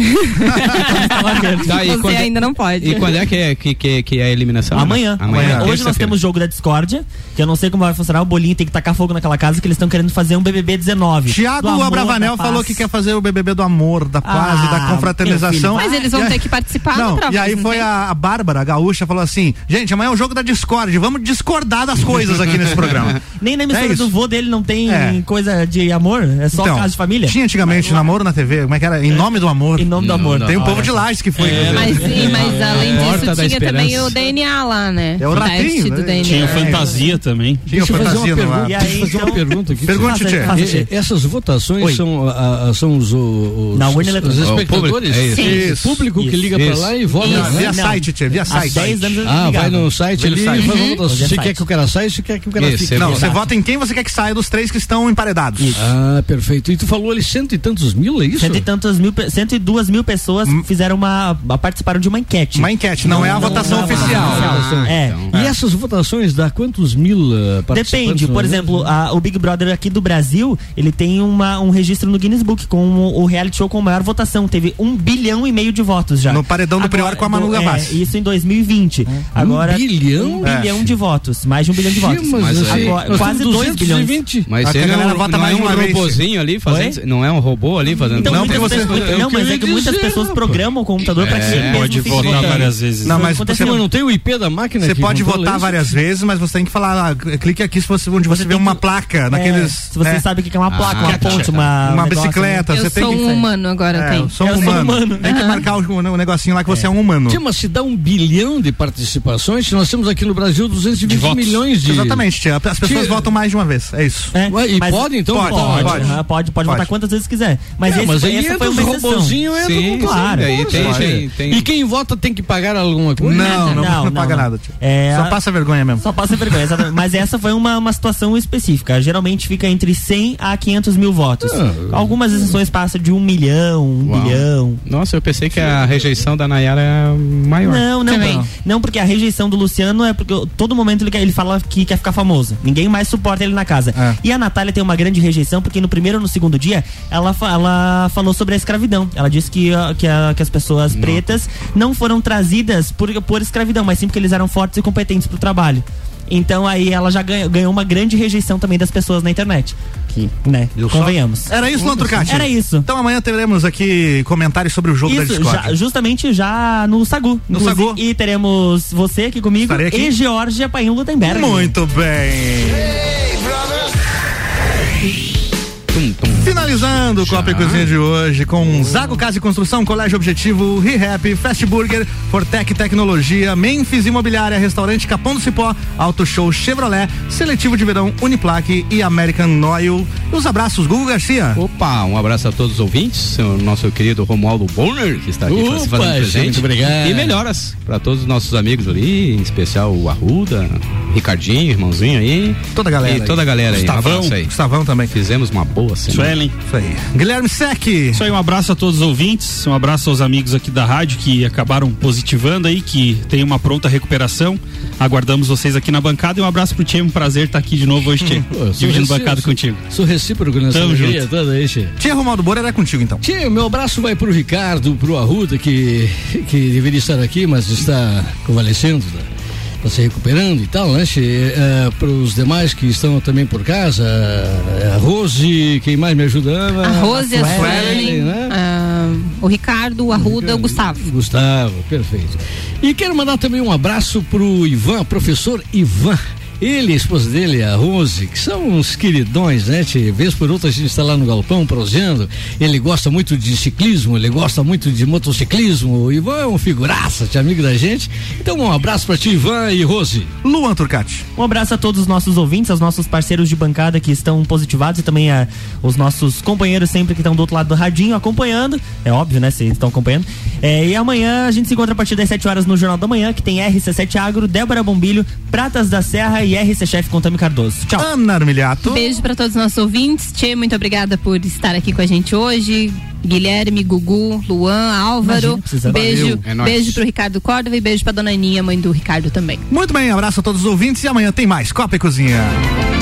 Speaker 4: Tá, e
Speaker 8: Você
Speaker 4: quando-
Speaker 8: ainda não pode.
Speaker 4: E quando é que é, que, que, que é a eliminação?
Speaker 8: Amanhã. Amanhã. Hoje nós
Speaker 4: terça-feira.
Speaker 8: temos o jogo da discórdia, que eu não sei como vai funcionar. O Bolinho tem que tacar fogo naquela casa que eles estão querendo fazer um BBB 19.
Speaker 1: Tiago Abravanel falou que quer fazer o BBB do amor, da paz e
Speaker 8: Ah,
Speaker 1: da confraternização.
Speaker 5: Mas eles vão
Speaker 1: E aí-
Speaker 5: ter que participar né?
Speaker 1: não,
Speaker 5: da prova.
Speaker 1: e aí
Speaker 5: não
Speaker 1: foi
Speaker 5: tem?
Speaker 1: a, a Bárbara, a gaúcha, falou assim: gente, amanhã é o jogo da Discord, vamos discordar das coisas aqui nesse programa.
Speaker 8: Nem na
Speaker 1: É
Speaker 8: emissora
Speaker 1: isso.
Speaker 8: do vô dele não tem
Speaker 1: É.
Speaker 8: coisa de amor? É só
Speaker 1: Então,
Speaker 8: casa de família?
Speaker 1: Tinha antigamente namoro na TV, como é que era? Em nome do amor. Em
Speaker 8: nome do amor.
Speaker 1: Tem um
Speaker 8: Ah,
Speaker 1: povo
Speaker 8: é.
Speaker 1: de Lages que foi. inclusive.
Speaker 5: Mas sim, mas além
Speaker 1: Porta
Speaker 5: disso
Speaker 1: Ah, é. da
Speaker 5: tinha também
Speaker 1: Esperança.
Speaker 5: o DNA lá, né?
Speaker 1: É o ratinho,
Speaker 5: teste
Speaker 1: né?
Speaker 5: do DNA.
Speaker 6: Tinha
Speaker 1: É.
Speaker 6: fantasia também.
Speaker 1: Tinha
Speaker 7: Deixa eu fazer uma
Speaker 1: fantasia no
Speaker 7: pergunta,
Speaker 1: ar.
Speaker 7: deixa eu fazer uma pergunta aqui.
Speaker 1: Pergunte,
Speaker 7: Faça,
Speaker 1: Tchê.
Speaker 7: faça,
Speaker 1: E-
Speaker 7: Tchê. Essas votações
Speaker 1: Oi.
Speaker 7: são, a- a- são os, os,
Speaker 1: Na urna
Speaker 7: os- os
Speaker 1: eletrônica.
Speaker 7: espectadores?
Speaker 1: É isso. Isso.
Speaker 7: O público que
Speaker 1: Isso.
Speaker 7: liga pra
Speaker 1: Isso.
Speaker 7: lá e vota.
Speaker 1: Não,
Speaker 7: né?
Speaker 1: via site, Tchê, via
Speaker 7: Há
Speaker 1: site.
Speaker 7: 10 anos eu
Speaker 1: Ah,
Speaker 7: ligava.
Speaker 1: vai no
Speaker 7: site
Speaker 1: site é
Speaker 7: ali e
Speaker 1: ali e
Speaker 7: faz
Speaker 1: faz
Speaker 7: uma
Speaker 1: uma
Speaker 7: votação. Se
Speaker 1: votação. Via
Speaker 7: quer
Speaker 1: site.
Speaker 7: que o cara saia, se quer que o cara fique.
Speaker 1: Não, você vota em quem você quer que saia dos três que estão emparedados.
Speaker 7: Ah, perfeito. E tu falou ali cento e tantos mil, é isso?
Speaker 8: Cento e tantas mil, pe- cento e duas mil pessoas fizeram uma, participaram de uma enquete.
Speaker 1: Uma enquete, não é a votação
Speaker 8: não é a
Speaker 1: oficial.
Speaker 8: votação oficial.
Speaker 1: Ah,
Speaker 8: é.
Speaker 1: então.
Speaker 7: E essas votações dá quantos mil eh, participantes?
Speaker 8: Depende,
Speaker 7: mais
Speaker 8: por
Speaker 7: ou menos?
Speaker 8: exemplo, a- o Big Brother aqui do Brasil, ele tem uma, um registro no Guinness Book com o, o reality show com maior votação. Teve um bilhão e meio de votos já.
Speaker 1: No paredão do Prior com a Manu
Speaker 8: do- é,
Speaker 1: Gavassi.
Speaker 8: isso em 2020. Agora,
Speaker 7: bilhão?
Speaker 8: Um
Speaker 1: É.
Speaker 8: bilhão de votos. Mais de um bilhão de votos. Agora, quase dois bilhões.
Speaker 4: Mas você não, não é um robozinho ali fazendo. Não é um robô ali fazendo.
Speaker 8: Então, muitas
Speaker 4: porque
Speaker 8: pessoas-
Speaker 4: você-
Speaker 8: não,
Speaker 4: eu
Speaker 8: mas é
Speaker 4: queria
Speaker 8: que muitas
Speaker 4: dizer,
Speaker 8: pessoas
Speaker 4: rapaz.
Speaker 8: programam o computador pra que
Speaker 4: É,
Speaker 8: ele mesmo
Speaker 4: pode
Speaker 8: fique
Speaker 4: votar
Speaker 8: votando.
Speaker 4: várias vezes. Não, mas
Speaker 8: Acontece
Speaker 4: você
Speaker 8: muito.
Speaker 4: não-
Speaker 7: Não tem o IP da máquina
Speaker 1: Você
Speaker 7: Ah, que
Speaker 1: pode
Speaker 7: controla
Speaker 1: votar
Speaker 7: isso?
Speaker 1: várias vezes, mas você tem que falar, ah, clique aqui se você, onde você, vê uma placa, naqueles...
Speaker 8: é, se você sabe o que é uma placa,
Speaker 1: Ah,
Speaker 8: uma ponte, uma- um
Speaker 1: Uma
Speaker 8: negócio,
Speaker 1: bicicleta,
Speaker 8: né?
Speaker 1: você
Speaker 8: Eu
Speaker 1: tem
Speaker 8: sou
Speaker 1: que...
Speaker 8: um humano
Speaker 5: agora,
Speaker 1: é,
Speaker 5: tem.
Speaker 1: Eu sou um
Speaker 5: Eu sou
Speaker 1: humano.
Speaker 5: humano.
Speaker 1: Tem que
Speaker 5: Aham.
Speaker 1: marcar o, o negocinho lá que você é um humano.
Speaker 7: Tia, mas se dá um bilhão de participações, nós temos aqui no Brasil 220 milhões de.
Speaker 1: Exatamente, tia. As pessoas
Speaker 7: Tia-
Speaker 1: votam mais de uma vez, é isso.
Speaker 7: Ué, e pode, então?
Speaker 1: Pode,
Speaker 8: Pode,
Speaker 1: pode.
Speaker 8: aham, pode, pode, votar quantas vezes quiser. Mas,
Speaker 7: É,
Speaker 8: esse,
Speaker 7: mas aí
Speaker 8: essa
Speaker 7: entra
Speaker 8: foi
Speaker 7: os
Speaker 8: uma exceção.
Speaker 7: robozinhos, entra
Speaker 8: Sim,
Speaker 7: com
Speaker 8: sim,
Speaker 7: claro.
Speaker 8: daí tem-
Speaker 7: Poxa,
Speaker 8: tem- tem-
Speaker 7: E quem vota tem que pagar alguma coisa?
Speaker 1: Não, não, não paga nada, tia.
Speaker 8: É,
Speaker 1: Só
Speaker 8: a-
Speaker 1: passa vergonha mesmo.
Speaker 8: Só passa vergonha, exatamente. mas essa foi uma, uma situação específica. Geralmente fica entre 100 a 500 mil votos.
Speaker 4: Ah.
Speaker 8: Algumas exceções passam de um milhão, um
Speaker 4: Uau.
Speaker 8: bilhão.
Speaker 4: Nossa, eu pensei que a rejeição da Nayara é maior.
Speaker 8: Não, não, não. Não, porque a rejeição do Luciano é porque todo momento ele, quer- ele fala que quer ficar famoso. Ninguém mais suporta ele na casa. E a Natália tem uma grande rejeição porque no primeiro ou no segundo dia ela, fa- ela falou sobre a escravidão. Ela disse que, ah, que, a- que as pessoas pretas não foram trazidas por, por escravidão, mas sim porque eles eram fortes e competentes pro trabalho. Então aí ela já ganha- ganhou uma grande rejeição também das pessoas na internet. Que, né? Convenhamos.
Speaker 1: Era isso, Luan Trucati?
Speaker 8: Era isso.
Speaker 1: Então amanhã teremos aqui comentários sobre o jogo da
Speaker 8: Isso,
Speaker 1: Discord.
Speaker 8: já- justamente já no Sagu.
Speaker 1: No
Speaker 8: inclusive.
Speaker 1: Sagu.
Speaker 8: E teremos você aqui comigo
Speaker 1: Estarei aqui.
Speaker 8: e Georgia Paim Lutemberg.
Speaker 1: Muito bem. Finalizando o Copa e Cozinha de hoje com Zago Casa e Construção, Colégio Objetivo, ReHap, Fast Burger, Fortec Tecnologia, Memphis Imobiliária, Restaurante Capão do Cipó, Auto Show Chevrolet, Seletivo de Verão Uniplaque e American Oil. E os abraços, Google Garcia.
Speaker 4: Opa, um abraço a todos os ouvintes, o nosso querido Romualdo Bonner, que está aqui
Speaker 7: Opa,
Speaker 4: se fazendo presente.
Speaker 7: muito obrigado.
Speaker 4: E melhoras para todos os nossos amigos ali, em especial o Arruda, Ricardinho, irmãozinho aí.
Speaker 1: Toda a galera
Speaker 4: E
Speaker 1: aí.
Speaker 4: toda a galera aí.
Speaker 1: Gustavão,
Speaker 4: um abraço aí.
Speaker 1: Gustavão também.
Speaker 4: Fizemos uma boa semana.
Speaker 6: Suelen.
Speaker 1: Isso aí. Guilherme Sec. Isso
Speaker 6: aí, um abraço a todos os ouvintes, um abraço aos amigos aqui da rádio que acabaram positivando aí, que tem uma pronta recuperação. Aguardamos vocês aqui na bancada e um abraço pro time, um prazer estar aqui de novo hoje, Tchê. Dividindo bancada contigo.
Speaker 7: Sou recíproco nessa
Speaker 6: Tamo
Speaker 7: alegria
Speaker 6: junto.
Speaker 7: toda aí, Tchê.
Speaker 1: Tia Romualdo Bora era contigo então.
Speaker 7: Tia, o meu abraço vai pro Ricardo, pro Arruda, que, que deveria estar aqui, mas está convalescendo, né? Está se recuperando e tal, né? para os demais que estão também por casa, eh, a Rose, quem mais me ajudava?
Speaker 5: A Rose, a
Speaker 7: Suelen,
Speaker 5: Suelen,
Speaker 7: né?
Speaker 5: ah, o Ricardo, o Arruda, o Gustavo.
Speaker 7: Gustavo, perfeito. E quero mandar também um abraço pro Ivan, professor Ivan. Ele e a esposa dele, a Rose, que são uns queridões, né? Tchê? Vez por outra a gente está lá no galpão prosendo. Ele gosta muito de ciclismo, ele gosta muito de motociclismo. O Ivan é um figuraça, tchê, amigo da gente. Então um abraço pra ti, Ivan e Rose.
Speaker 1: Luan Turcati.
Speaker 8: Um abraço a todos os nossos ouvintes, aos nossos parceiros de bancada que estão positivados e também a, os nossos companheiros sempre que estão do outro lado do radinho acompanhando. É óbvio, né? Vocês estão acompanhando. É, e amanhã a gente se encontra a partir das 7 horas no Jornal da Manhã, que tem RC7 Agro, Débora Bombilho, Pratas da Serra e e RC-Chef Contame Cardoso. Tchau.
Speaker 1: Ana Armiliato.
Speaker 5: Beijo pra todos os nossos ouvintes. Tchê, muito obrigada por estar aqui com a gente hoje. Guilherme, Gugu, Luan, Álvaro.
Speaker 1: Imagina, precisa-
Speaker 5: beijo,
Speaker 1: Valeu, é nóis.
Speaker 5: beijo pro Ricardo Córdova e beijo pra dona Aninha, mãe do Ricardo também.
Speaker 1: Muito bem, abraço a todos os ouvintes e amanhã tem mais Copa e Cozinha.